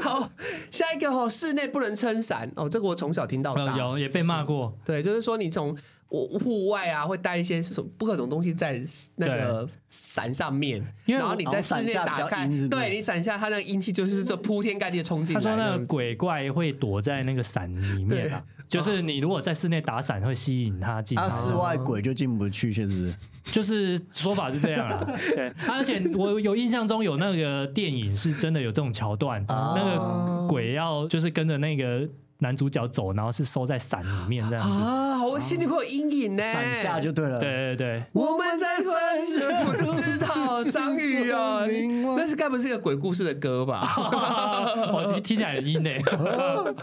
S2: 好，下一个哦，室内不能撑伞哦，这个我从小听到大。
S3: 有也被骂过，
S2: 对，就是说你从我户外啊，会带一些什么各种东西在那个伞上面，
S3: 因为
S2: 然后你在
S1: 哦伞
S2: 室内
S1: 下比
S2: 打
S1: 较
S2: 开，
S1: 阴是不是
S2: 对你伞下，它那个阴气就是这铺天盖地的冲进
S3: 他
S2: 来。
S3: 说
S2: 这
S3: 那
S2: 样
S3: 个
S2: 子
S3: 鬼怪会躲在那个伞里面啊，就是你如果在室内打伞，会吸引他进来
S2: 啊
S1: 他。室外鬼就进不去，是不是？
S3: 就是说法是这样 啦，对，而且我有印象中有那个电影是真的有这种桥段，
S2: 啊
S1: 哦
S3: 那个鬼要就是跟着那个男主角走，然后是收在伞里面这样子，
S2: 啊，我心里会有阴影呢。
S1: 伞下就对了。
S3: 对对对，
S2: 我们在山上，我就知 道张宇啊，
S1: 是是是
S2: 你那是该不是一个鬼故事的 歌吧？
S3: 我听听起来很阴 欸呢、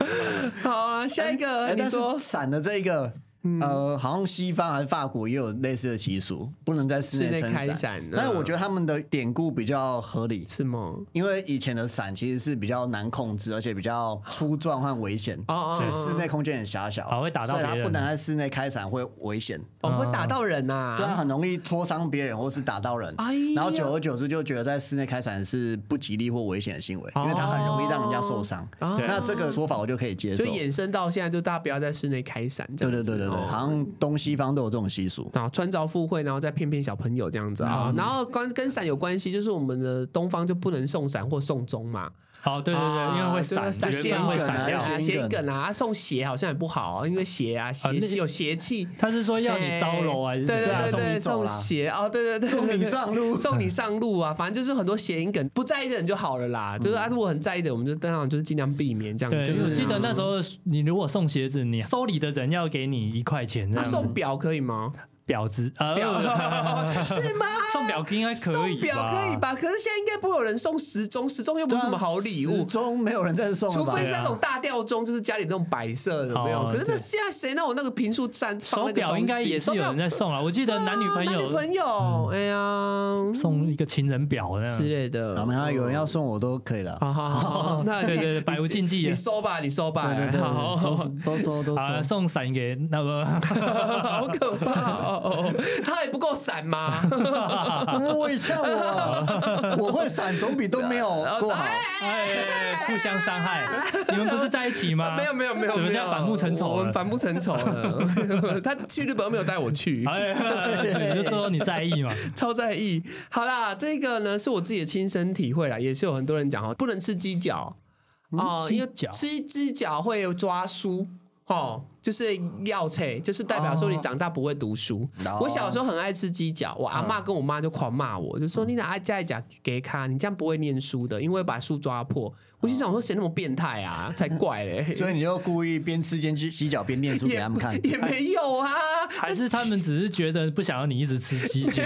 S2: 好啊，下一个
S1: 哎，
S2: 你
S1: 但是
S2: 说嗯
S1: 伞的这个，呃，好像西方还是法国也有类似的习俗，不能在室
S2: 室
S1: 内
S2: 内
S1: 撑
S2: 开伞
S1: 伞
S2: 嗯。
S1: 但是我觉得他们的典故比较合理，
S2: 是吗？
S1: 因为以前的伞其实是比较难控制，而且比较粗壮和危险，
S2: 哦哦哦
S1: 所以室内空间很狭小，
S3: 好会打到
S1: 所以它
S3: 别人
S1: 不能在室内开伞会危险，
S2: 哦，会打到人
S1: 对它
S3: 啊
S2: 呐。
S1: 很容易戳伤别人或是打到人
S2: 啊哎呀。
S1: 然后久而久之就觉得在室内开伞是不吉利或危险的行为，
S2: 哦
S1: 因为它很容易让人家受伤。
S2: 哦
S1: 那这个说法我就可以接受
S2: 就。衍生到现在，就大家不要在室内开伞这
S1: 对
S2: 样子。
S1: 对对对对
S2: 哦
S1: 好像东西方都有这种习俗。
S2: 然后穿着附会，然后再骗骗小朋友这样子
S3: 嗯
S2: 啊。然后关跟伞有关系，就是我们的东方就不能送伞或送钟嘛，
S3: 好，对对对，因为会
S2: 啊
S3: 散，
S2: 就
S1: 散
S2: 是
S3: 缘
S1: 掉
S3: 分会
S1: 梗啊
S3: 散掉
S1: 就。
S2: 啊，
S1: 是
S2: 谐音梗啊，送鞋好像也不好啊，因为鞋啊，
S3: 啊
S2: 邪
S3: 那
S2: 气有邪气。
S3: 他是说要你招楼啊还是
S2: 对
S3: 怎么
S2: 对
S3: 样
S2: 对对，
S1: 送你走
S2: 送
S3: 啊
S1: 啦
S2: 鞋哦，对对对，
S1: 送你上路
S2: 送你上路啊，反正就是很多谐音梗，不在意的人就好了啦。就是啊，如果很在意的，我们就当然就是尽量避免这样
S3: 嗯对，
S2: 子。
S3: 我记得那时候你如果送鞋子，你收礼的人要给你一块钱这
S2: 那嗯
S3: 样
S2: 送
S3: 子。
S2: 表可以吗？
S3: 啊婊子，嗯呃，
S2: 表 是吗？
S3: 送表应该可
S2: 送
S3: 以
S2: 表可以
S3: 吧？
S2: 吧？可是现在应该不会有人送时钟，时钟又不
S1: 对
S2: 是
S1: 啊
S2: 什么好礼
S1: 始
S2: 物。
S1: 终没有人在送了
S2: 除
S1: 吧
S2: 非？是那种大吊钟，就是家里那种白色的，有没有？
S3: 哦
S2: 可是那
S3: 对
S2: 现在谁那我那个平数站放
S3: 手
S2: 那个
S3: 表
S2: 东西
S3: 应该也是有人在送啊。我记得男女朋
S2: 手表啊男女
S3: 友嗯
S2: 朋友，哎呀，
S3: 送一个情人表那
S2: 之
S3: 样。
S2: 类的。
S1: 然后有人要送我都可以了，
S2: 好好好好，那
S3: 对对对，百无禁忌
S2: 你
S3: 耶。
S2: 收吧，你收吧，
S1: 对对对，
S2: 好，
S1: 都是都收都
S3: 啊，
S1: 收。
S3: 送伞给那 个哎
S2: 好可怕哦哦，哦他也不够闪吗？
S1: 哦我也呛我，我会闪总比都没有过 好。
S3: 哎，互相伤害。啊你们不是在一起吗？
S2: 没有没有没有，
S3: 怎么
S2: 没
S3: 现
S2: 有
S3: 在反目成仇
S2: 我们
S3: 了？
S2: 反目成仇了。他去日本没有带我去，
S3: 哎，你就说你在意嘛？
S2: 超在意。好啦，这个呢是我自己的亲身体会啦，也是有很多人讲哦，不能吃鸡脚
S1: 嗯
S2: 哦、
S3: 鸡
S2: 因为
S3: 脚
S2: 吃鸡脚会抓书哦，就是要菜，就是代表说你长大不会读书。
S1: 哦嗯
S2: 我小时候很爱吃鸡脚，我阿妈跟我妈就狂骂我，就说你哪爱加一甲给卡，你这样不会念书的，因为把书抓破。我心想说谁那么变态啊，才怪嘞！
S1: 所以你就故意边吃边去洗脚边念出给他们看，
S2: 也没有啊，
S3: 还是他们只是觉得不想要你一直吃鸡脚，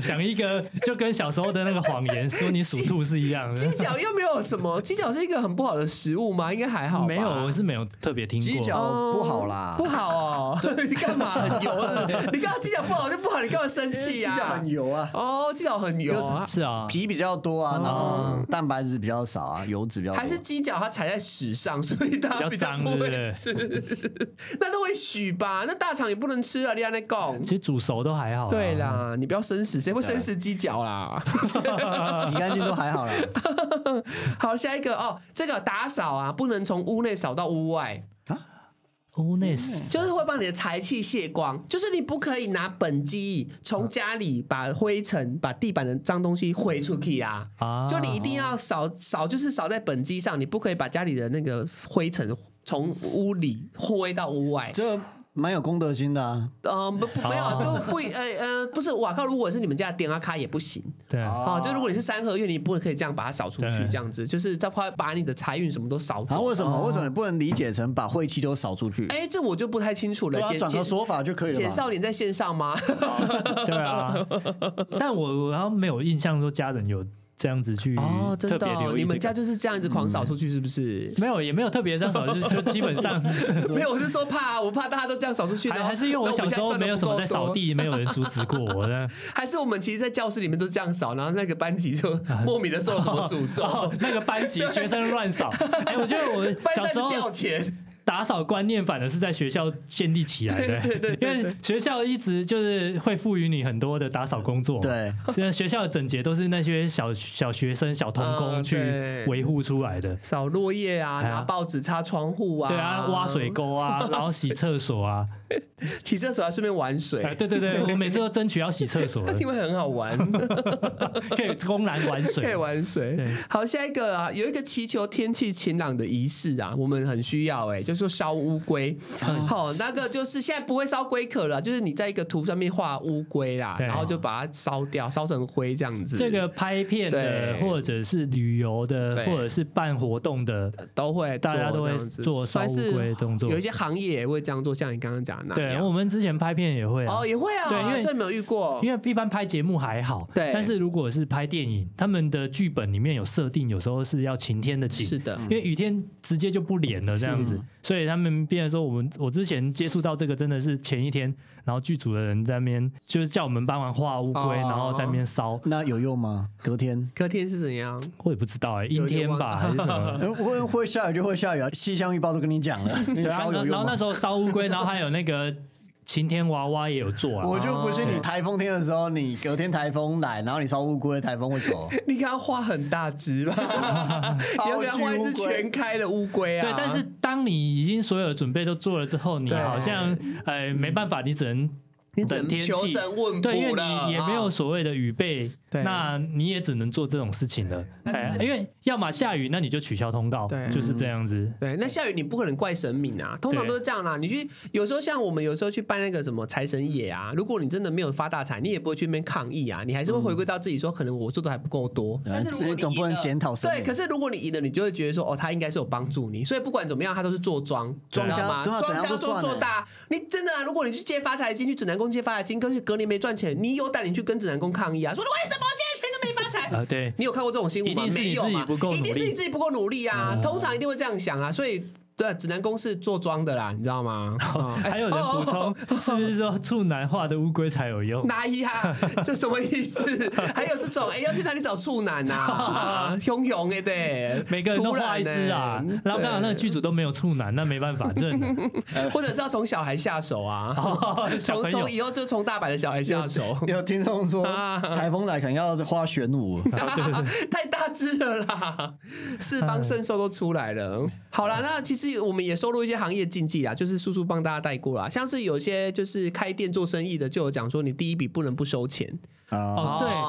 S3: 想一个就跟小时候的那个谎言说你属兔是一样
S2: 鸡
S3: 的。
S2: 脚又没有什么，鸡脚是一个很不好的食物吗？应该还好吧，
S3: 没有，我是没有特别听
S1: 鸡
S3: 过。
S1: 脚不好啦
S2: 不。好哦，你干嘛很油的？你刚刚鸡脚不好就不好，你干嘛生气
S1: 鸡脚
S2: 呀
S1: 很？油啊，
S2: 哦，鸡脚很油啊，哦嗯
S3: 是啊，
S1: 皮比较多啊，然后蛋白质比较少啊，油脂比较多。
S2: 还是鸡脚它踩在屎上，所以大家
S3: 比较
S2: 较
S3: 脏
S2: 不
S3: 对不
S2: 会
S3: 对
S2: 吃。 那都会许吧？那大肠也不能吃啊，你安那嗯讲。
S3: 其实煮熟都还好。啊
S2: 对，啦，你不要生食，谁会生食鸡脚啦？啊
S1: 洗干净都还好啦。
S2: 好，下一个哦，这个打扫啊，不能从屋内扫到屋外，
S3: 屋内哦是
S2: 就是会把你的财气卸光，就是你不可以拿本机从家里把灰尘、把地板的脏东西挥出去啊。
S3: 啊，
S2: 就你一定要扫扫，就是扫在本机上，你不可以把家里的那个灰尘从屋里挥到屋外。
S1: 这蛮有公德心的啊。
S2: 呃，不不没有，都不呃呃，不是瓦靠，如果是你们家的电啊卡也不行
S3: 对
S1: 哦
S2: 啊、就如果你是三合院，你不可以这样把它扫出去，
S3: 对
S2: 这样子就是它会把你的财运什么都扫
S1: 啊，
S2: 走。
S1: 为什么？为什么不能理解成把晦气都扫出去？
S2: 哎，这我就不太清楚了
S1: 对。啊，
S2: 简
S1: 转个
S2: 简
S1: 说法就可以了
S2: 简
S1: 吧？
S2: 少年在线上吗？哦
S3: 对啊。 但我我好像没有印象说家人有这样子去
S2: 哦，真
S3: 嗯特
S2: 的
S3: 别
S2: 哦、
S3: 留意这个。
S2: 你们家就是这样子狂扫出去，是不 是？
S3: 没有也没有特别这样扫，就就基本上
S2: 没有，我是说怕啊，我怕大家都这样扫出去，然
S3: 还
S2: 后
S3: 还是因为我
S2: 然后
S3: 小
S2: 们
S3: 时
S2: 现
S3: 候
S2: 赚得
S3: 没有
S2: 不
S3: 什么
S2: 够
S3: 在扫
S2: 多
S3: 地，没有人阻止过我的。
S2: 还是我们其实，在教室里面都这样扫，然后那个班级 就莫名的受什么诅
S3: 哦
S2: 咒，，
S3: 那个班级学生乱 扫。哎、我觉得我
S2: 班
S3: 小
S2: 上
S3: 时
S2: 是掉
S3: 候
S2: 钱，
S3: 打扫观念反而是在学校建立起来的，
S2: 对对对对
S3: 因为学校一直就是会赋予你很多的打扫工作。。
S1: 对，
S3: 虽然学校的整洁都是那些小小学生、小童
S2: 啊
S3: 工去
S2: 对
S3: 维护出来的，
S2: 扫落叶啊，
S3: 哎呀
S2: 拿报纸擦窗户啊，
S3: 对啊，挖 水，沟 啊，然后洗厕所啊，
S2: 骑厕所还顺便玩 水
S3: 哎，，对对对，我每次都争取要洗厕 所的，
S2: 因为很好玩，
S3: 可以公然玩
S2: 可以
S3: 水，
S2: 玩水
S3: 对。
S2: 好，下一个啊，有一个祈求天气晴朗的仪式啊，我们很需要哎、就是说烧乌龟。
S3: 哦
S2: 好，那个就是现在不会烧龟壳了，就是你在一个图上面画乌龟啦，
S3: 对
S2: 然后就把它烧掉，烧成灰这样子。
S3: 这个拍片的，
S2: 对
S3: 或者是旅游的
S2: 对，
S3: 或者是办活动的，
S2: 都会做
S3: 大家都
S2: 这
S3: 会
S2: 样子
S3: 做烧
S2: 算是
S3: 乌龟的动作
S2: 有一些行业也会这样做，像你刚刚讲的那
S3: 对，
S2: 样。
S3: 我们之前拍片也会、啊
S2: 哦，也会啊，
S3: 对因为
S2: 这你没有遇过，
S3: 因为一般拍节目还好，
S2: 对
S3: 但是如果是拍电影，他们的剧本里面有设定，有时候是要晴天的景，
S2: 是嗯的，
S3: 因为嗯雨天直接就不连了这样子，所以他们变成说，我们我之前接触到这个真的是前一天，然后剧组的人在那边就是叫我们帮忙画乌龟，
S2: 哦
S3: 然后在那边烧，
S1: 那有用吗？隔 天
S2: 隔天是怎样？
S3: 我也不知道哎、阴
S2: 有点
S3: 天吧
S2: 忘
S3: 还是什么。
S1: 呃会会下雨就会下雨啊，气象预报都跟你讲了，你
S3: 对啊，
S1: 烧
S3: 然
S1: 有
S3: 后然后
S1: 用
S3: 那
S1: 吗？
S3: 时候烧乌龟，然后还有那个晴天娃娃也有做啊。
S1: 我就
S2: 哦
S1: 不信你台风天的时候，你隔天台风来，然后你烧乌龟，台风会 走。
S2: 你给它画很大只 吧，你要给它画一只全开的乌龟啊。
S3: 对，但是当你已经所有的准备都做了之后，你
S2: 对
S3: 好像呃没办法，你只能
S2: 你只
S3: 等
S2: 能
S3: 天
S2: 求
S3: 气。
S2: 神问卜
S3: 对，因为
S2: 了
S3: 你也没有
S2: 啊
S3: 所谓的雨备，
S4: 对
S3: 那你也只能做这种事情了。哎，因为要么下雨，那你就取消通告，
S4: 对
S3: 就是这样子。
S2: 对，那下雨你不可能怪神明啊，通常都是这样啦。你去有时候像我们有时候去办那个什么财神爷啊，如果你真的没有发大财，你也不会去那边抗议啊，你还是会回归到自己说，可能我做的还不够多。但是如
S1: 啊所以
S2: 果
S1: 嗯哎
S2: 你
S1: 总不能
S2: 赢了
S1: 检讨啊生
S2: 对，
S1: 命
S2: 可是如果你赢了，你就会觉得说，哦，他应该是有帮助你，所以不管怎么样，他都是做庄，
S3: 庄
S2: 你知
S1: 家
S2: 道吗？
S1: 对啊
S2: 庄
S1: 怎样
S2: 家
S1: 都
S2: 做
S1: 赚
S2: 做
S1: 欸
S2: 大，你真的啊，如果你去借发财金，去指南宫借发财金，可是隔年没赚钱，你有胆你去跟指南宫抗议啊，说为什么我现在钱都没发财？
S3: 啊，对，
S2: 你有看过这种新闻吗？
S3: 一定是你
S2: 没有嘛
S3: 自己不够努力哦
S2: 一定是你自己不够努力啊！通常一定会这样想啊，所以对指南宫是做庄的啦，你知道吗？啊哎
S3: 哦还有人补
S2: 哦
S3: 充，是不是说处男画的乌龟才有用？
S2: 哪一 啊？这什么意思？还有这种哎，要去哪里找处男啊 啊？汹涌哎，对，
S3: 每个人都画一只啊
S2: 突然欸，
S3: 然后刚好那个剧组都没有处男，那没办法，真的。
S2: 或者是要从小孩下手啊，
S3: 哦呃小
S2: 从
S3: 朋
S2: 从
S3: 友，
S2: 以后就从大阪的小孩下手。
S1: 有听众说，
S2: 啊
S1: 台风来可能要画玄武。
S3: 哦
S2: 太大只了啦，四方圣兽都出来
S3: 嗯
S2: 了。好啦，那其实我们也收录一些行业禁忌啊，就是叔叔帮大家带过啦，像是有些就是开店做生意的，就有讲说你第一笔不能不收钱
S1: 啊，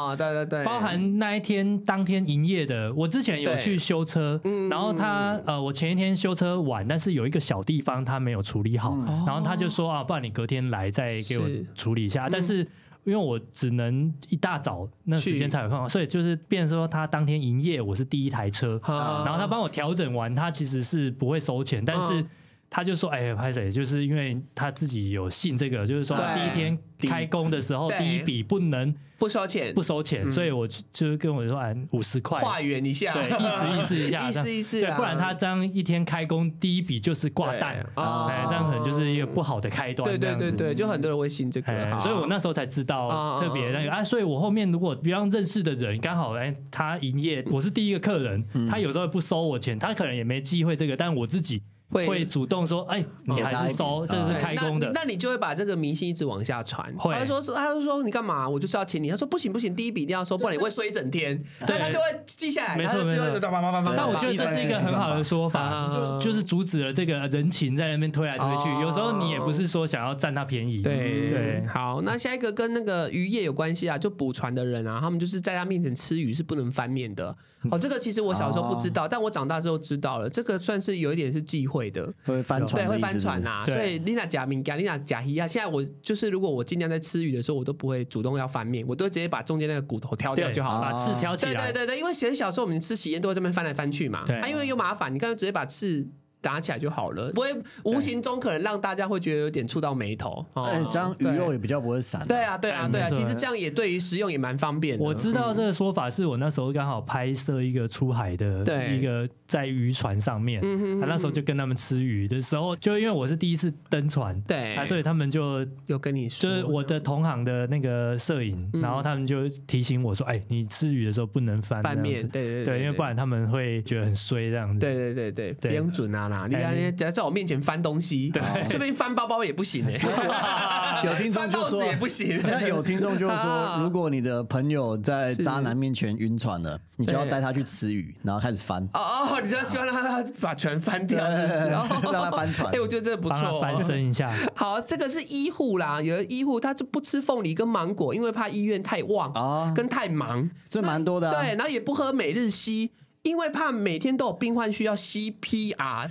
S3: 哦对
S2: 对对对，
S3: 包含那一天当天营业的，我之前有
S2: 对嗯
S3: 去修车，然后他呃，我前一天修车晚，但是有一个小地方他没有处理好，然后他就说啊，不然你隔天来再给
S2: 嗯
S3: 我
S2: 哦是嗯
S3: 处理一下，但是。因为我只能一大早那时间
S2: 去
S3: 才有空，所以就是变成说他当天营业，我是第一台车，
S2: 啊
S3: 然后他帮我调整完，他其实是不会收钱，但是
S2: 嗯
S3: 他就说：“哎，拍谁？就是因为他自己有信这个，就是说啊
S2: 对
S3: 第一天开工的时候，
S2: 对
S3: 第一笔不能
S2: 不收钱
S3: 不，收
S1: 嗯
S3: 钱，所以我就就是跟我说，哎，五十块，
S2: 化缘一下，
S3: 对，意思 意思一下，
S2: 意思意思
S3: 这样
S2: 啊
S3: 对，不然他这样一天开工，第一笔就是挂单，
S2: 对
S1: 啊
S2: 哦
S3: 哎，这样可能就是一个不好的开端，
S2: 对对
S3: 这
S2: 对
S3: 样子。
S2: 对，就很多人会信这
S3: 哎
S2: 个，
S3: 所以我那时候才知道
S2: 啊
S3: 特别那个啊，所以我后面如果比方认识的人刚好哎，他营业，我是第一个客人，
S1: 嗯
S3: 他有时候不收我钱，他可能也没机会这个，但我自己
S2: 会
S3: 会主动说，哎，你
S1: 给
S3: 还
S1: 他一
S3: 是
S1: 笔
S3: 收，这是
S2: 对
S3: 开工的
S2: 哎那，，那你就会把这个迷信一直往下传。
S3: 会
S2: 他就说，他就说你干嘛？我就是要请你。他说不行不行，第一笔一定要收，不然你会睡一整天。
S3: 对
S2: 那他就会记下来，
S3: 没错
S2: 他就
S3: 没
S2: 就
S3: 错
S2: 会叭叭叭叭叭叭。
S3: 但我觉得这是一个很好的说法，
S2: 啊
S3: 就就是阻止了这个人情在那边推来推去
S2: 哦。
S3: 有时候你也不是说想要占他便宜，
S2: 对
S3: 嗯对
S2: 好，那下一个跟那个渔业有关系啊，就捕船的人啊，他们就是在他面前吃鱼是不能翻面的。哦，这个其实我小时候不知
S3: 哦
S2: 道，但我长大之后知道了，这个算是有一点是忌讳的。
S1: 会翻船
S2: 对，
S1: 的
S2: 会
S1: 意思是
S2: 翻
S1: 不是，
S2: 船呐、
S3: 对
S2: 所以丽娜假敏感，丽娜假鱼啊。现在我就是，如果我尽量在吃鱼的时候，我都不会主动要翻面，我都直接把中间那个骨头挑掉
S3: 对，
S2: 就好了。
S3: 把刺挑起
S2: 对对
S3: 来。
S2: 对对，因为其实小时候我们吃喜宴都会这边翻来翻去嘛，
S3: 对
S2: 啊，因为又麻烦，你干脆直接把刺打起来就好了，不会无形中可能让大家会觉得有点触到眉头。哦
S1: 哎，这样鱼
S2: 对
S1: 肉也比较不会散。
S2: 对啊对啊对啊，
S3: 哎没错
S2: 其实这样也对于食用也蛮方便的。
S3: 我知道这个说法是我那时候刚好拍摄一个出海的
S2: 对
S3: 一个在渔船上面，
S2: 嗯哼嗯
S3: 啊，那时候就跟他们吃鱼的时候，就因为我是第一次登船，
S2: 嗯对
S3: 啊，所以他们就
S2: 有跟你说，
S3: 就是我的同行的那个摄影，
S2: 嗯
S3: 然后他们就提醒我说，哎，你吃鱼的时候不能翻
S2: 翻
S3: 这样
S2: 面，
S3: 子
S2: 对对
S3: 对，因为不然他们会觉得很衰这样子。
S2: 对对对对，不
S3: 对
S2: 用准啊啦！你看，你只要在我面前翻东西，顺便翻包包也不行 哎，
S1: 有听众
S2: 翻
S1: 就
S2: 报纸
S1: 说
S2: 也不行。
S1: 那有听众就说
S2: 啊，
S1: 如果你的朋友在
S2: 是
S1: 渣男面前晕船了，你就要
S2: 对
S1: 带他去吃鱼，然后开始翻。
S2: 哦哦，你知道希望让他把船翻掉，是不是？
S1: 对
S2: 哦
S1: 让他翻船
S2: 哎，我觉得这个不
S3: 帮
S2: 错
S3: 他
S2: 哦。
S3: 翻身一下，
S2: 好，这个是医护啦，有的医护他就不吃凤梨跟芒果，因为怕医院太旺
S1: 哦
S2: 跟太忙。
S1: 这蛮多的啊
S2: 对，然后也不喝每日西。因为怕每天都有病患需要 CPR，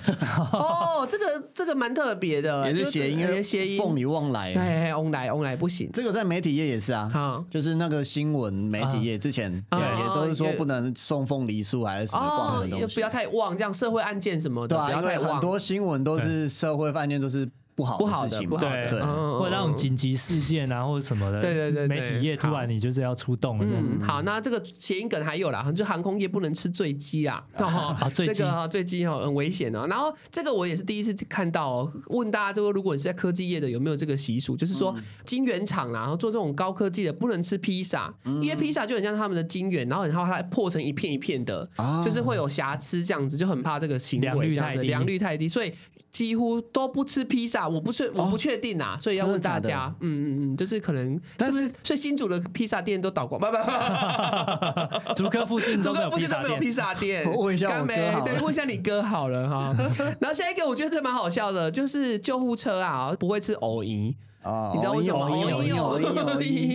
S2: 哦，这个这个蛮特别的，
S1: 也
S2: 就是
S1: 谐音，因
S2: 也
S1: 为
S2: 是谐音，
S1: 凤梨旺来。啊
S2: 哎，翁来翁来不行，
S1: 这个在媒体业也是啊
S2: 好，
S1: 就是那个新闻媒体业之前
S2: 啊
S1: 对也都是说不能送凤梨酥还是什么挂
S2: 哦
S1: 的，
S2: 也
S1: 东
S2: 不
S1: 西啊
S2: 要，太旺，这样社会案件什么
S1: 对
S2: 的、
S1: 啊，
S2: 不要
S1: 因为
S2: 太
S1: 很
S2: 旺。
S1: 多新闻都是社会案件都是不好
S2: 不好的
S1: 事情
S2: 不
S1: 嘛，
S2: 好的
S1: 对
S3: 对，
S2: 嗯
S3: 或者那种紧急事件啊，或者什么的，
S2: 对对对对
S3: 媒体业突然你就是要出动了，
S2: 嗯，好，那这个谐音梗还有啦，就航空业不能吃醉鸡啊，哦
S3: 啊醉鸡
S2: 这个哦醉鸡哦很危险啊。然后这个我也是第一次看到、哦，问大家就说，如果你是在科技业的，有没有这个习俗？就是
S3: 嗯
S2: 说晶圆厂啦，然后做这种高科技的不能吃披萨，
S3: 嗯
S2: 因为披萨就很像他们的晶圆，然后然后它破成一片一片的，
S1: 啊
S2: 就是会有瑕疵这样子，就很怕这个行为
S3: 良率
S2: 这样子，
S3: 太低
S2: 良率太低，所以。几乎都不吃披萨，我不确我不确定啊，所以要问大
S1: 哦真的假的
S2: 家，嗯嗯嗯，就是可能，
S1: 但
S2: 是不是所以新竹的披萨店都 倒光，不不不不不。
S3: 竹科附近
S2: 整
S3: 都没
S2: 个
S3: 有
S2: 附
S3: 披
S2: 近都
S3: 萨
S2: 没有披
S3: 店，
S2: 萨
S1: ，
S2: 店
S1: 我问一下我
S2: 干梅
S1: 哥好了
S2: 对，问一下你哥好 了哈。然后下一个我觉得这蛮好笑的，就是救护车啊，不会吃藕泥，
S1: 哦
S2: 你知道为什么？
S1: 有有有有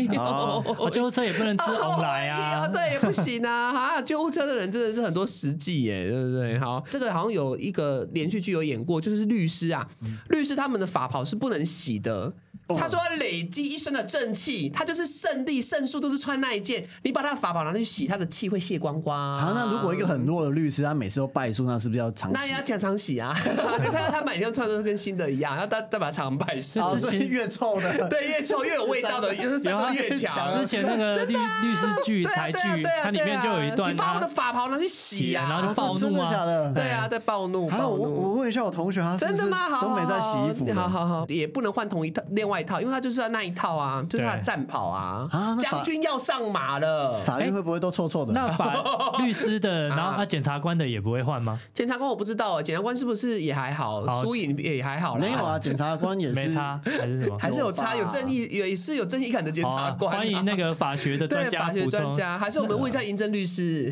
S3: 哦，救护车也不能吃红来
S2: 哦
S3: 啊。
S2: 对，也不行啊！ 啊，救护车的人真的是很多实际耶，对不对？好，这个好像有一个连续剧有演过，就是律师啊，
S1: 嗯
S2: 律师他们的法袍是不能洗的。
S1: 哦
S2: 他说要累积一身的正气，他就是胜利胜诉都是穿那一件，你把他的法袍拿去洗，他的气会泄光光。
S1: 好，啊那如果一个很弱的律师，他每次都败诉，那是不是要长期
S2: 啊那？也要常常 洗啊，你看到他每天穿都是跟新的一样，然后再再把它常摆饰。
S1: 哦，所以越臭的，
S2: 对，越臭越有 味道的，就是战
S3: 有
S2: 斗
S3: 啊
S2: 力越强。
S3: 之前那个律律师剧、
S2: 对啊
S3: 台
S2: 对啊
S3: 剧
S2: 对，啊
S3: 它里面就有一
S2: 对啊
S3: 段
S2: 你把我的
S3: 他
S2: 法袍拿去洗呀、
S3: 然后就暴
S1: 真
S3: 怒
S1: 的假
S3: 啊，
S1: 的？
S2: 对啊，在暴怒，
S1: 还有
S2: 暴
S1: 我，
S2: 怒。
S1: 我问一下我同学，他是
S2: 真
S1: 不
S2: 的
S1: 是
S2: 吗？好，
S1: 都没在洗衣服的？
S2: 好好好，也不能换同一套另外一套，因为他就是要那一套啊，就是他的
S3: 对
S2: 战袍啊
S1: 啊，那法
S2: 将军要上马了。
S1: 法院会不会都臭臭的？
S3: 那把律师的，然后
S2: 啊
S3: 啊检察官的也不会换吗？
S2: 检察官我不知道，检察官是不是也还好，
S3: 好
S2: 输赢也还好啦
S1: 没有啊，，检察官 也是
S3: 没差还是什么？
S2: 还是有差，
S1: 有
S2: 有
S1: 吧
S2: 正义，也是有正义感的检
S3: 好
S2: 察
S3: 啊，
S2: 官啊。
S3: 欢迎那个法学的专
S2: 对
S3: 家
S2: 法学
S3: 补
S2: 专
S3: 充。
S2: 家，还是我们问一下银针律师。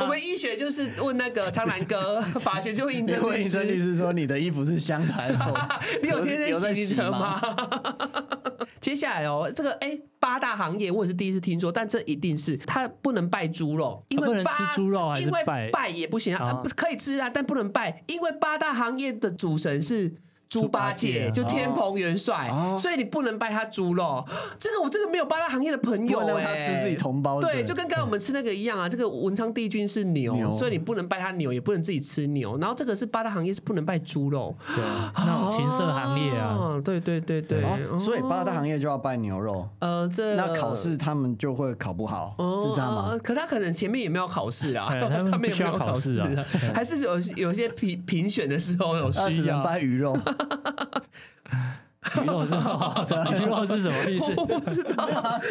S2: 我们医学就是问那个苍兰哥，法学就问银
S1: 你
S2: 针
S1: 问
S2: 律
S1: 医生律
S2: 师。？
S1: 师说你的衣服是香的还是臭的
S2: 你有天
S1: 有在
S2: 天洗衣
S1: 洗
S2: 车
S1: 吗？
S2: 吗？ 接下来哦，这个哎八大行业我也是第一次听说，但这一定是它不能拜猪肉，因
S3: 啊不
S2: 为
S3: 能
S2: 八
S3: 吃猪肉还是
S2: 因为
S3: 拜
S2: 拜也不行啊，
S3: 啊
S2: 啊不是可以吃啊，但不能拜，因为八大行业的主神是。猪八戒就
S3: 猪八戒啊
S2: 天蓬元帅，
S1: 哦
S2: 所以你不能拜他猪肉。这个我这个没有八大行业的朋友
S1: 不能让他
S2: 哎、
S1: 吃自己同胞
S2: 对，
S1: 对
S2: 就跟刚刚我们吃那个一 样啊。这个文昌帝君是牛，
S1: 牛
S2: 所以你不能拜他牛，也不能自己吃牛。然后这个是八大行业是不能拜猪肉，
S3: 对，那种情色行业啊，
S2: 哦，对对对对，
S1: 哦，所以八大行业就要拜牛肉，
S2: 呃，这
S1: 那考试他们就会考不好，
S2: 哦
S1: 是这样吗
S2: 呃？可他可能前面也没有考试啊，
S3: 哎他们
S2: 他们也
S3: 不需
S2: 没
S3: 要
S2: 有
S3: 考试
S2: 试
S3: 啊，
S2: 还是有有些评评选的时候有
S1: 那只
S2: 需
S1: 能
S2: 要。
S1: 拜鱼肉，
S3: 鱼肉是吗鱼肉是什么意思？
S2: 我不知道，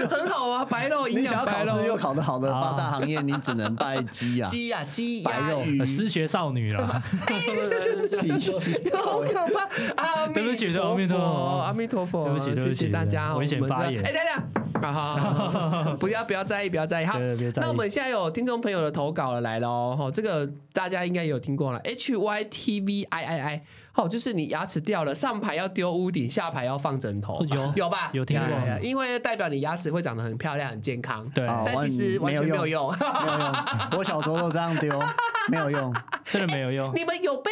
S2: 很好啊，白肉 营
S1: 你
S2: 养
S1: 想要
S2: 白
S1: 考
S2: 肉
S1: 试又考得好的八大 行业，你只能拜鸡啊，
S2: 鸡呀鸡
S1: 白
S2: 鸭
S1: 肉
S2: 鱼，
S3: 呃失学少女啦，
S1: 自己说
S2: 好可怕！阿
S3: 对不
S2: 弥
S3: 起对
S2: 陀
S3: 阿弥陀佛
S2: 阿弥陀佛，
S3: 对不起对不
S2: 谢
S3: 起
S2: 谢大家，我
S3: 危险
S2: 们的
S3: 发言
S2: 哎，大家，好好 好，不要不要在意，不要在意，好
S3: 对对别。在意
S2: 那我们现在有听众朋友的投稿了，来喽，哈，这个大家应该有听过了，H Y T V I I I，哦，就是你牙齿掉了，上排要丢屋顶，下排要放枕头，
S3: 哦有
S2: 有吧？
S3: 有听过
S2: 呀呀呀因为代表你牙齿会长得很漂亮、很健康，
S3: 对，
S1: 好
S2: 但其实完
S1: 完全
S2: 全哦没
S1: 没
S2: 有
S1: 有
S2: 用。
S1: 没有用，我小时候都这样 丢，没有用，
S3: 真的没有用。
S2: 你们有被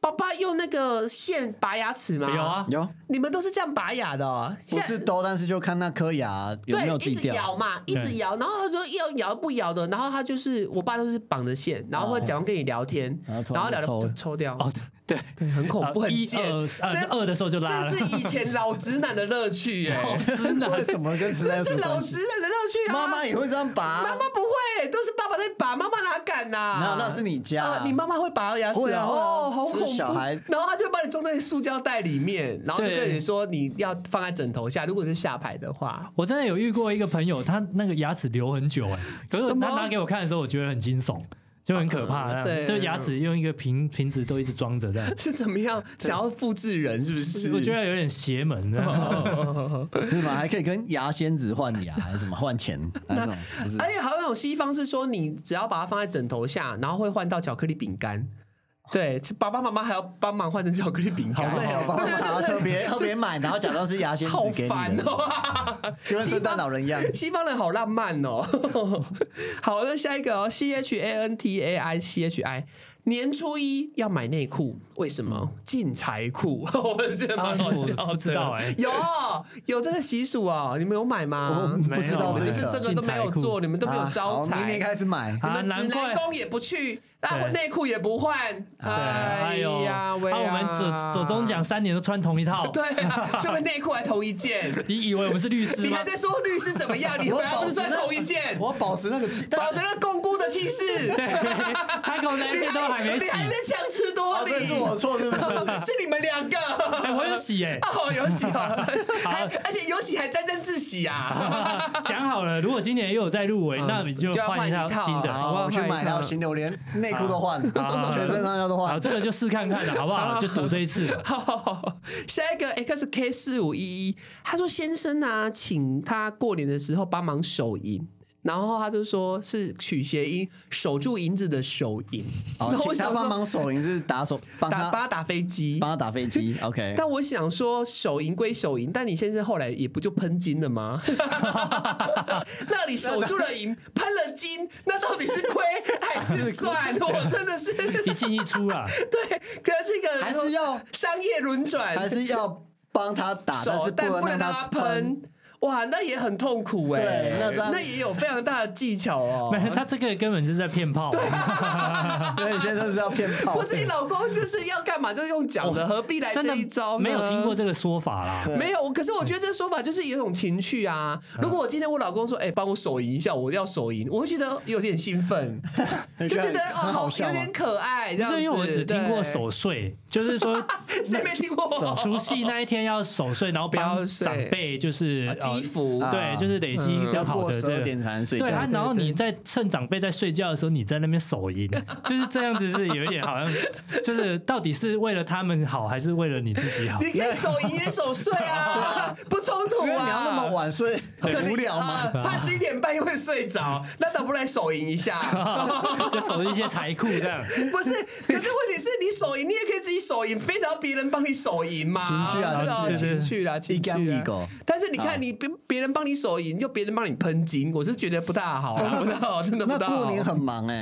S2: 爸爸用那个线拔牙齿吗？
S3: 有啊，
S1: 有
S2: 你们都是这样拔牙的、哦，
S1: 不
S2: 现在
S1: 是兜，但是就看那颗牙有没有自
S2: 对，一
S1: 己
S2: 直
S1: 掉。
S2: 摇嘛，一直
S3: 对
S2: 摇，然后他说要摇不摇的，然后他就是我爸都是绑着线，然后会假装跟你聊天，
S1: 然后突
S2: 然
S1: 然
S2: 后
S1: 就抽
S2: 聊了
S1: 了
S2: 抽掉，
S3: 哦，对，
S2: 对，很恐怖，
S3: 啊
S2: 很
S3: 一
S2: 贱，
S3: 二
S2: 真
S3: 三二的时候就拉了
S2: 这，是以前老直男的乐趣耶、
S3: 真
S1: 为
S3: 的
S1: 什么跟直男有
S2: 这
S1: 什
S2: 是
S1: 么
S2: 老
S1: 关
S2: 直
S1: 系？
S2: 男的乐趣啊！
S1: 妈妈也会这样拔，啊
S2: 妈妈不会、都是爸爸在拔，妈妈哪敢呐、
S1: 没有，那是你家
S2: 啊，你妈妈会拔牙齿
S1: 会啊会啊
S2: 哦，好
S1: 是
S2: 恐怖！
S1: 小孩
S2: 然后她就把你装在塑胶袋里面，然后就
S3: 对
S2: 跟你说你要放在枕头下，如果是下排的话，
S3: 我真的有遇过一个朋友，他那个牙齿留很久哎、可是
S2: 什么
S3: 他拿给我看的时候，我觉得很惊悚，就很可怕
S2: 嗯
S3: 那样。
S2: 对
S3: 就牙齿用一个瓶瓶子都一直装着这样，
S2: 是怎么样？想要复制人是不哦是？
S3: 我觉得有点邪门。
S1: 是吗？还可以跟牙仙子换牙，还是什么换钱，还是什么？不是
S2: 而且还有那种西方是说，你只要把它放在枕头下，然后会换到巧克力饼干。对，是爸爸妈妈还要帮忙换成巧克力饼干，
S1: 好累哦，爸爸妈妈特别特别买，然后假装是牙仙子
S2: 好
S1: 给
S2: 烦
S1: 你的，
S2: 哦！
S1: 就跟圣诞老人一样。
S2: 西方人好浪漫哦。 好，那下一个哦，C H A N T A I C H I。年初一要买内裤，为什么？进财库， 我觉得蛮好笑的。
S3: 啊我不知道
S1: 欸
S3: 哎
S2: 有有这个习俗哦，你们有买吗？
S1: 我不知道
S3: 没有
S1: 这
S2: 就
S1: 个
S2: 是这个都没有
S3: 进财
S2: 做，
S3: 库
S2: 你们都没有招
S1: 啊好明
S2: 财
S1: 年。开始 买。
S2: 你
S3: 啊，
S2: 们
S3: 难
S2: 指
S3: 怪
S2: 南。宫也不去，然后
S3: 对
S2: 内裤也不换，哎
S3: 哎呦，
S2: 呀
S3: 啊，
S2: 喂
S3: 我们左左中奖三年都穿同一套，
S2: 对啊， 是不是内裤还同一件？
S3: 你以为我们是律师
S2: 你
S3: 吗
S2: 还？在说律师怎么样？你回来不是算同一件？
S1: 我保持那个气，但
S2: 保持那个共姑的气势。
S3: 对，他跟我那一
S2: 你
S3: 些都还没洗
S2: 你，还在强词夺
S1: 哦
S2: 理，
S1: 这是我我错是不 是？
S2: 是你们两个。
S3: 哎，我有洗哎，
S2: 哦，有喜 哦，还而且有喜还沾沾自喜啊！
S3: 讲好了，如果今年又有再入围，
S2: 嗯
S3: 那你就
S2: 就要换
S3: 换一
S2: 一
S3: 套
S2: 套
S3: 新的。
S2: 啊
S1: 好，我去买条
S2: 好
S1: 新的，我连内裤都换，
S3: 好
S1: 全身上下都
S3: 好，
S1: 换。
S3: 这个就试看看了，好 不好？就赌这一次吧。
S2: 好， 下一个 X K 四五一一，他说先生啊，请他过年的时候帮忙手淫。然后他就说是取谐音“守住银子”的手淫，
S1: 好
S2: 然，后我
S1: 哦请他
S2: 想
S1: 帮
S2: 说
S1: 忙手淫是打手，帮
S2: 打
S1: 他
S2: 帮他打飞机，
S1: 帮他打飞 机。OK，
S2: 但我想说手淫归手淫，但你先生后来也不就喷金了吗？ 那你守住了银，喷了金，那到底是亏还 是赚？我真的是
S3: 一进一出啊啦，
S2: 对，可是一个
S1: 还是要
S2: 商业轮转，
S1: 还是要帮他打，啊但
S2: 手
S1: 是
S2: 但
S1: 不
S2: 不
S1: 能
S2: 能
S1: 让
S2: 让
S1: 他
S2: 他
S1: 喷。
S2: 喷。哇，那也很痛苦哎、
S1: 对那这样
S2: 也有非常大的技巧哦、
S3: 没有他这个根本就是在骗炮。
S1: 因为你先生是要骗炮
S2: 不，是你老公就是要干嘛，就是用讲的，何必来
S3: 哦 真
S2: 这
S3: 的
S2: 一招呢？
S3: 没有听过这个说法啦。
S2: 没有，可是我觉得这个说法就是有一种情趣啊。
S3: 嗯
S2: 如果我今天我老公说，哎、帮我手淫一下，我要手淫，我会觉得有点 兴奋，
S1: 你
S2: 就
S1: 看
S2: 觉得哦，
S1: 很
S2: 好
S1: 好笑
S2: 有
S1: 吗
S2: 点？可爱这
S3: 不
S2: 样子。
S3: 是因为我只听过
S2: 对，
S3: 守岁，就是 说
S2: 谁没听
S3: 除
S2: 过？
S3: 夕那一天要守岁，然后
S2: 不
S3: 帮
S2: 要睡
S3: 长辈就是
S2: 啊
S3: 呃
S2: 积福
S1: 啊
S3: 对，就是累积
S1: 要
S3: 更嗯好
S1: 过
S3: 的
S1: 十
S3: 这
S1: 二
S3: 个。
S1: 点才能睡觉
S3: 对，啊，然后
S2: 对
S3: 你在趁长辈在睡觉的时候，你在那边手淫，就是这样子，是有一点好像，就是到底是为了他们好，还是为了你自己好？
S2: 你可以手淫也手睡 啊，不冲突
S1: 因
S2: 啊。
S1: 为你要那么晚睡，
S2: 可
S1: 很
S2: 能
S1: 无聊
S2: 啊
S1: 嘛。
S2: 怕十一点半又会睡着，那倒不如来手淫一 下。
S3: 就守一些财库这样。
S2: 不是，可是问题是你手淫，你也可以自己手淫，非得要别人帮你手淫嘛？
S1: 情趣啊
S2: 知道
S3: 对对对
S2: 情趣啦，情
S1: 一
S2: 趣
S1: 竿
S2: 啊
S1: 一狗。
S2: 但是你看，你别别人帮你手淫，又别人帮你喷金，我是觉得不大好啊啦，不大好，真的不
S1: 那
S2: 大好。
S1: 过年很忙 哎，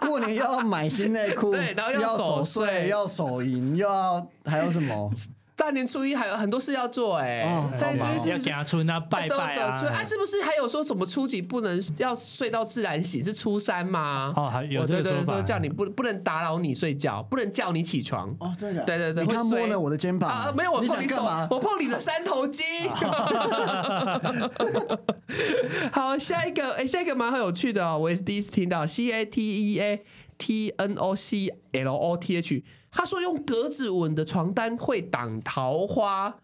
S1: 过年又要买新内裤，
S2: 对然后
S1: 又
S2: 要
S1: 要守
S2: 守
S1: 岁，
S2: 岁
S1: 要手淫，又要还有什么？
S2: 大年初一还有很多事要做哎
S1: 哦，
S2: 但是
S1: 好忙
S2: 是
S3: 要
S2: 不是？
S3: 家村啊，拜
S2: 走
S3: 拜
S2: 走出来，啊，
S3: 啊。
S2: 是不是还有说什么初几不能要睡到自然醒？是初三吗？
S3: 哦还有
S2: 我
S3: 这个
S2: 对对
S3: 说法
S2: 说叫你不不能打扰你睡觉，不能叫你起床。
S1: 哦，真的假的
S2: 对对对
S1: 你看
S2: 会
S1: 摸
S2: 睡
S1: 了我的肩
S2: 啊
S1: 膀，，
S2: 没有，我
S1: 你
S2: 碰
S1: 想
S2: 你手，
S1: 干嘛？
S2: 我碰你的三头 肌。好，下一个，哎、下一个蛮有趣的哦，我也是第一次听到 C A T E A T N O C L O T H，他说用格子纹的床单会挡桃花。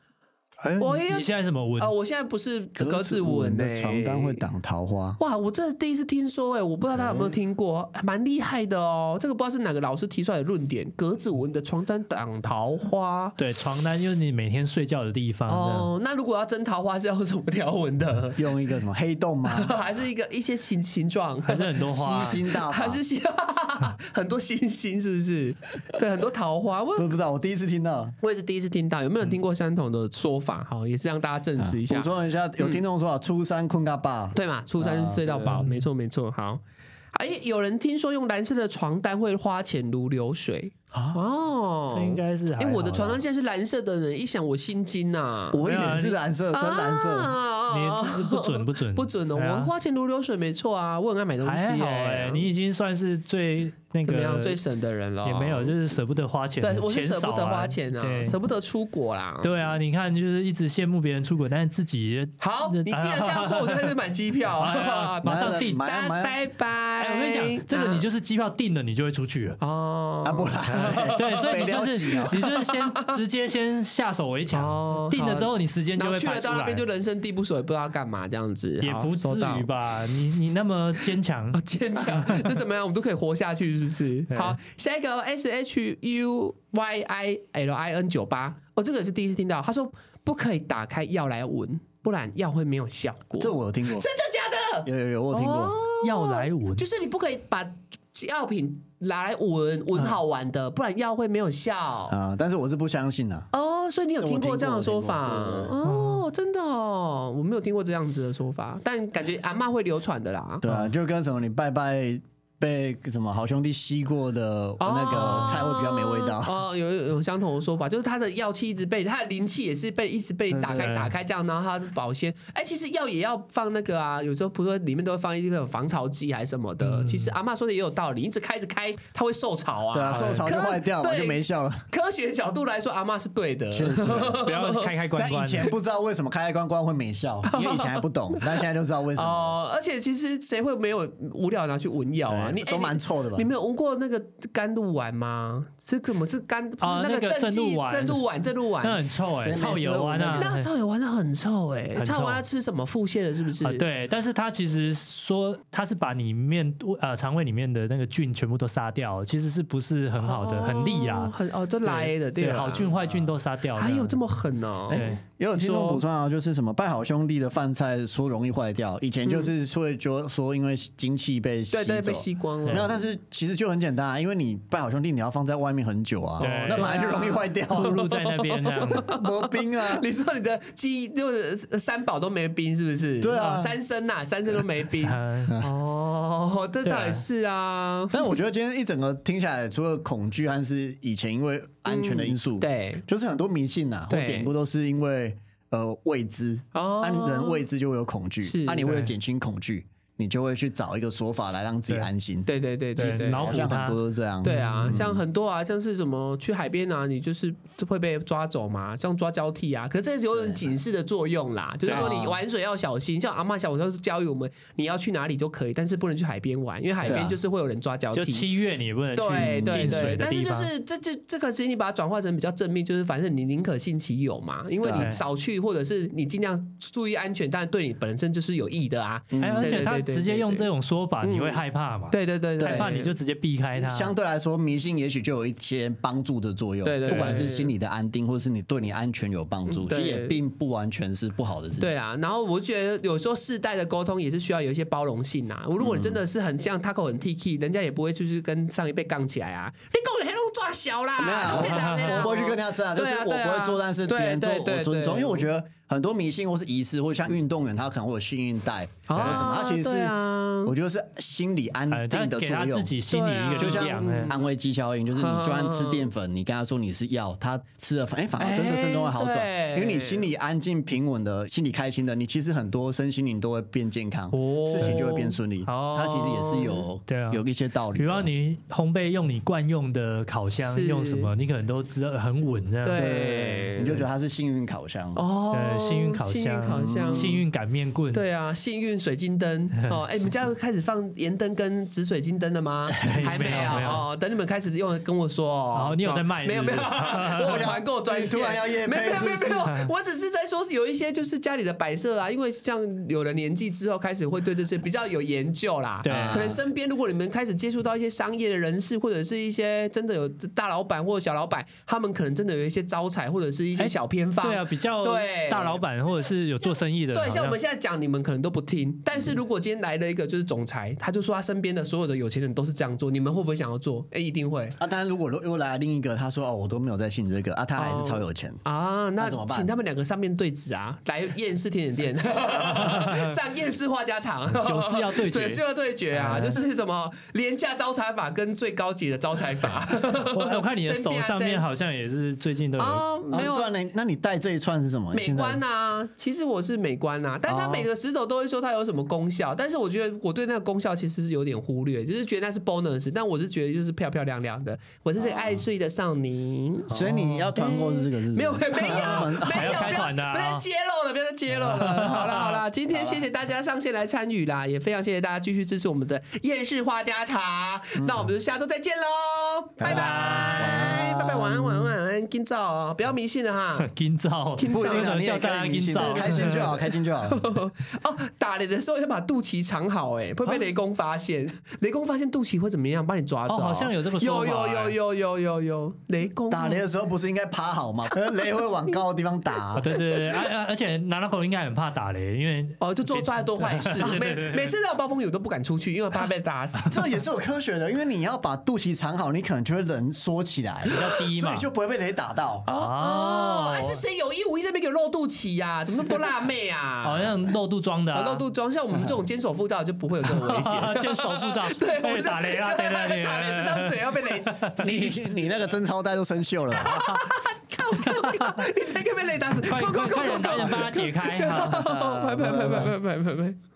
S2: 我也
S3: 你现在什么文
S2: 啊、？我现在不是格子
S1: 纹
S2: 纹、欸、
S1: 的床单会。挡桃花，
S2: 哇，我这是第一次听说哎、我不知道大家有没有听过，还蛮厉害的哦。这个不知道是哪个老师提出来的论点，格子纹的床单挡桃花。
S3: 对，床单就是你每天睡觉的地方。这样
S2: 哦，那如果要真桃花是要用什么条纹的？
S1: 用一个什么黑洞吗？
S2: 还是一个一些形形状？
S3: 还是很多花啊
S1: 吸。星大法
S2: 还。是星 很多星星是不是？对，很多桃花。
S1: 我
S2: 我
S1: 也不知道，我第一次听到。
S2: 我也是第一次听到，有没有听过相同的说法？好，也是让大家证
S3: 啊
S2: 实一下
S1: 补，充一下，有听众说啊，初三困个爸，
S2: 对嘛？初三睡到
S3: 啊
S2: 饱，没错没错。好，哎，有人听说用蓝色的床单会花钱如流水
S3: 啊
S2: 哦，
S3: 这应该是还
S2: 哎，我的
S3: 好啦
S2: 床单现在是蓝色的人，一想我心惊呐，
S1: 我
S3: 没有啊
S1: 也是
S3: 你
S1: 蓝色，深蓝
S3: 哦
S1: 色。
S2: 啊
S3: 你不准不 准
S2: 不准哦，
S3: 对啊
S2: 我花钱如流水没错啊，我很爱买东西
S3: 还好哎
S2: 哎，，
S3: 你已经算是最那
S2: 怎么
S3: 个
S2: 样最省的人了？
S3: 也没有，就是舍不得花钱，
S2: 对，我是
S3: 钱
S2: 舍不
S3: 少啊
S2: 得花钱啊，
S3: 对
S2: 舍不得出国 啦。
S3: 对啊，你看就是一直羡慕别人出国，但是自己
S2: 好，你既然这样 说，我就开始买机票。
S3: 哎
S2: 大
S3: 马上订。
S1: 买
S2: 家
S1: 啊买啊
S2: 拜拜！
S3: 哎，我跟你讲，
S2: 嗯
S3: 这个你就是机票订了，你就会出去了。
S2: 哦
S1: 啊，不然
S3: 对，所以你
S1: 北
S3: 就
S1: 了解
S3: 是
S1: 啊
S3: 你就是先 直接先下手为
S2: 哦
S3: 强，定了之后你时间
S2: 然
S3: 就
S2: 后
S3: 会
S2: 去
S3: 排
S2: 了
S3: 出
S2: 到那
S3: 来
S2: 边，就人生地不熟，也不知道干嘛这样子，
S3: 也
S2: 好
S3: 不至
S2: 收到
S3: 于吧？你你那么坚强
S2: 哦，，坚 强，这怎么样？我们都可以活下去，是不是？好，下一个 S H U Y I L I N 九八，哦，这个也是第一次听到。他说不可以打开药来闻，不然药会没有效果。
S1: 这我有听过，
S2: 真的假的？
S1: 有有有，我有听过。
S2: 哦
S3: 要来闻
S2: 就是你不可以把药品拿来闻闻好玩的，不然药会没有效。
S1: 啊，但是我是不相信啊的。
S2: 哦，所以你有听过这样的说
S1: 我
S2: 法
S1: 听过我听
S2: 哦？真的哦，我没有听过这样子的说法，但感觉阿嬷会流传的啦。
S1: 对啊，就跟什么你拜拜被什么好兄弟吸过的那个菜会比较没味道。
S2: 哦，有有有相同的说法，就是它的药气一直被它的灵气也是被一直被打
S3: 对
S2: 开
S3: 对
S2: 打开这样，然后它的保鲜。哎，其实药也要放那个啊，有时候不是说里面都会放一个防潮剂还是什么的。其实阿嬷说的也有道理，一直开着开它会受潮啊。
S1: 嗯对啊，受潮就坏掉
S2: 可
S1: 了，
S2: 对
S1: 就没效 了。
S2: 科学角度来说，阿嬷是对的。
S1: 确实啊，
S3: 不要开开关
S1: 但
S3: 关
S1: 以前
S3: 的，
S1: 不知道为什么开开关关会没
S2: 哦
S1: 效，因为以前还不懂，但现在就知道为什么。
S2: 哦，而且其实谁会没有无聊拿去闻药啊？么？你
S1: 都蛮臭的吧
S2: 你？没有闻过那个甘露丸吗？是怎么？是甘不是
S3: 啊
S2: 那
S3: 那个
S2: 正
S3: 正
S2: 气
S3: 露丸
S2: 正露丸正露
S3: 那
S2: 丸
S3: 很，臭哎、
S1: 谁没
S3: 臭
S1: 事
S3: 油啊
S1: 闻那
S3: 那
S1: 个
S2: 那草原丸那很臭哎，
S3: 很臭
S2: 草原丸要吃什么腹泻了是不是
S3: 啊？，对，但是它其实说它是把里面呃肠胃里面的那个菌全部都杀掉，其实是不是很好的，很利
S2: 哦
S3: 啊，
S2: 很哦都来的
S3: 对，
S2: 吧
S3: 好菌坏菌都杀掉，
S2: 还有这
S3: 么
S2: 么狠哦？
S3: 对
S1: 也有听众
S2: 说
S1: 补充啊，就是什么拜好兄弟的饭菜说容易坏掉，以前就是会就说因为精气被吸
S2: 对对，被
S1: 走
S2: 吸光
S1: 没
S3: 嗯
S2: 了。
S1: 有，但是其实就很简单啊，因为你拜好兄弟，你要放在外面很久啊，
S3: 对
S1: 那本来就容易坏 掉、
S3: 暴
S1: 啊，
S3: 露在那边这样，
S1: 磨冰啊。
S2: 你说你的记忆就是呃三宝都没冰，是不是？
S1: 对啊
S2: 哦三生呐，三生都没 冰。
S3: 嗯
S2: 哦，这
S3: 对啊
S2: 倒也是啊。
S1: 但我觉得今天一整个听下来，除了恐惧和是以前因为安全的因素，，
S2: 嗯对，
S1: 就是很多迷信呐、啊、或
S2: 对
S1: 典故都是因为呃未知，
S2: 哦
S1: 啊人未知就会有恐惧
S2: 是，
S1: 啊你为了
S3: 对
S1: 减轻恐惧，你就会去找一个说法来让自己
S3: 对
S1: 安心，
S2: 对对对
S3: 对
S2: 对对，
S3: 脑
S1: 好
S3: 补
S1: 像很
S3: 它
S1: 多都这样，
S2: 对
S3: 嗯
S2: 啊，像很多啊，像是什么去海边啊，你就是会被抓走嘛，像抓交替啊。可是这有点警示的作用啦，就是说
S1: 对啊
S2: 你玩水要小心。像阿妈小时候是教育我们，你要去哪里都可以，但是不能去海边玩，因为海
S1: 对
S2: 边
S1: 啊
S2: 就是会有人抓交
S3: 就
S2: 替。
S3: 七月你也不能
S2: 对
S3: 去
S2: 对
S3: 进水
S2: 对，
S3: 的
S2: 但
S3: 地
S2: 是就
S3: 方，
S2: 是这这这个，其实你把它转化成比较正面，就是反正你宁可信其有嘛，因为
S1: 对
S2: 你少去或者是你尽量注意安全，但对你本身就是有益的啊。
S1: 嗯
S3: 哎，而且他直接用这种说法，
S2: 对对对
S3: 你会害怕嘛？
S2: 对对对对，
S3: 害怕你就直接避开他。
S1: 相对来说，迷信也许就有一些帮助的作用，
S2: 对对对
S1: 不管是心理的安定，或是你对你安全有帮助，其
S2: 嗯对
S1: 实也并不完全是不好的事情。
S2: 对啊，然后我觉得有时候世代的沟通也是需要有一些包容性啊。如果你真的是很像 Taco 很 Tiki，人家也不会就是跟上一辈杠起来啊。你狗黑龙抓小啦，
S1: 没有啊，
S2: 嘿啦嘿
S1: 我
S2: 啦
S1: 我不会去跟人家争啊，就是
S2: 对啊
S1: 我
S2: 对
S1: 不
S2: 啊
S1: 会做，但是别
S2: 对
S1: 人做
S2: 对对
S1: 我尊重，
S2: 对
S1: 因为我觉得很多迷信或是仪式，或者像运动员，他可能会有幸运带
S2: 啊
S1: 或者什么，他其实
S2: 对
S1: 是
S2: 啊
S1: 我觉得是心理安
S3: 哎，他
S1: 定的
S3: 给
S1: 作
S3: 他自
S1: 用。
S3: 己心里一个
S1: 就
S3: 力
S1: 像
S3: 量，哎
S1: 安慰剂效应，就是你
S2: 嗯
S1: 就算吃淀粉，你跟他说你是药，他吃了反，哎，反而真的
S2: 哎
S1: 症状会好转，
S2: 对
S1: 因为你心里安静平稳的，心里开心的，你其实很多身心灵都会变健康，
S2: 哦
S1: 事情就会变顺利。
S2: 哦
S1: 它其实也是有
S3: 对啊
S1: 有一些道理
S3: 比
S1: 的。
S3: 方你烘焙用你惯用的烤箱，
S2: 是
S3: 用什么，你可能都知道很稳这样。
S2: 对，
S1: 你就觉得它是幸运烤箱，
S2: 哦
S3: 对，，幸运烤
S2: 幸运
S3: 箱，
S2: 烤箱，
S3: 幸。运擀面棍，
S2: 对啊，幸运水晶 灯哦，哎、你们家开始放盐灯跟紫水晶灯了吗？还
S3: 没有
S2: 有
S3: 没有
S2: 哦，等你们开始用，跟我说哦。
S3: 哦你有在卖
S2: 没有
S3: 是不
S2: 没
S3: 是
S2: 有，我有团购专
S1: 你
S2: 线。
S1: 突然要业配
S2: 没有没有没
S1: 是不是
S2: 有没有，我只是在说有一些就是家里的摆设啊，因为像有了年纪之后，开始会对这些比较有研究啦。
S3: 对
S2: 可能身边如果你们开始接触到一些商业的人士，或者是一些真的有大老板或者小老板，他们可能真的有一些招财或者是一些
S3: 哎
S2: 小偏方。
S3: 对啊，比较
S2: 对
S3: 大老板或者是有做生意的，
S2: 对，像我
S3: 好
S2: 们现在讲，你们可能都不听。但是如果今天来了一个就是总裁，他就说他身边的所有的有钱人都是这样做，你们会不会想要做？哎、一定会
S1: 啊，当然，如果又来另一个，他说哦，我都没有在信这个啊，他还是
S2: 哦
S1: 超有钱。
S2: 啊！
S1: 那
S2: 那
S1: 怎么办
S2: 请他们两个上面对质啊，来厌世甜点店，上厌世画家常，
S3: 九四要对决
S2: 九四要对决啊，就是什么廉价招财法跟最高级的招财法。
S3: 像 我我看你的手上面好像也是最近都有，
S2: 啊，没有
S1: 啊、对啊那那你戴这一串是什么？
S2: 美
S1: 现在
S2: 观啊，其实我是美观啊，但他
S1: 哦
S2: 每个石头都会说它有什么功效，但是我觉得我对那个功效其实是有点忽略，就是觉得那是 bonus，但我是觉得就是漂漂亮亮的，我是这个
S3: 哦
S2: 爱睡的少女。
S1: 所以你要团购是这个是不是？
S2: 没有，没 有，没有，
S3: 还要开
S2: 不要
S3: 团的啊
S2: 不要再揭露了，不要再揭露 了。好了，好了，今天谢谢大家上线来参与啦，也非常谢谢大家继续支持我们的夜市花家茶。
S3: 嗯
S2: 那我们就下周再见喽，拜拜，拜拜，晚安，晚安，晚安，今早哦不要迷信了哈。
S3: 金照，
S1: 不一
S3: 为
S1: 定
S3: 什
S1: 啊，
S3: 么
S1: 你也
S3: 叫
S1: 可
S3: 大家
S1: 以迷
S3: 金
S1: 信
S3: 照？
S1: 开心就好，开心就好。
S2: 哦，打雷的时候要把肚脐藏好，哎，会被雷公发现。雷公发现肚脐会怎么样？把你抓走？
S3: 啊哦好像有这个说法
S2: 有
S3: 哎
S2: 有有有有有有，雷公
S1: 打雷的时候不是应该趴好吗？ 可是雷会往高的地方打、
S3: 啊，对对对，而、啊、而且拿到口应该很怕打雷，因为
S2: 哦，就做做太多坏 事，
S3: 对对
S2: 每
S3: 对对
S2: 每次到暴风雨我都不敢出去，因为怕被打死。
S1: 这也是有科学的，因为你要把肚脐藏好，你可能就会人缩起来，
S3: 比较低
S1: 所
S3: 嘛
S1: 以。就不会被雷打 到。
S2: 哦
S3: 哦，
S2: 哎，是谁有意无意在那边给我露肚脐呀？怎么那么多辣妹 啊？
S3: 好像露肚装的、
S2: 啊
S3: 啊，
S2: 露肚装，像我们这种坚守妇道就不会有这种 危险。
S3: 就啊手术照，
S2: 对，我
S3: 哎
S2: 们
S3: 打雷 啦，对对对，
S2: 打雷，这张嘴要被雷
S1: 你你那个贞操带都生锈了，
S2: 看我看我看我，你这个被雷打死，
S3: 快
S2: 快
S3: 快
S2: 快
S3: 快
S2: 快快
S3: 点 快点帮他解开，好
S2: 拜拜拜拜拜拜拜拜。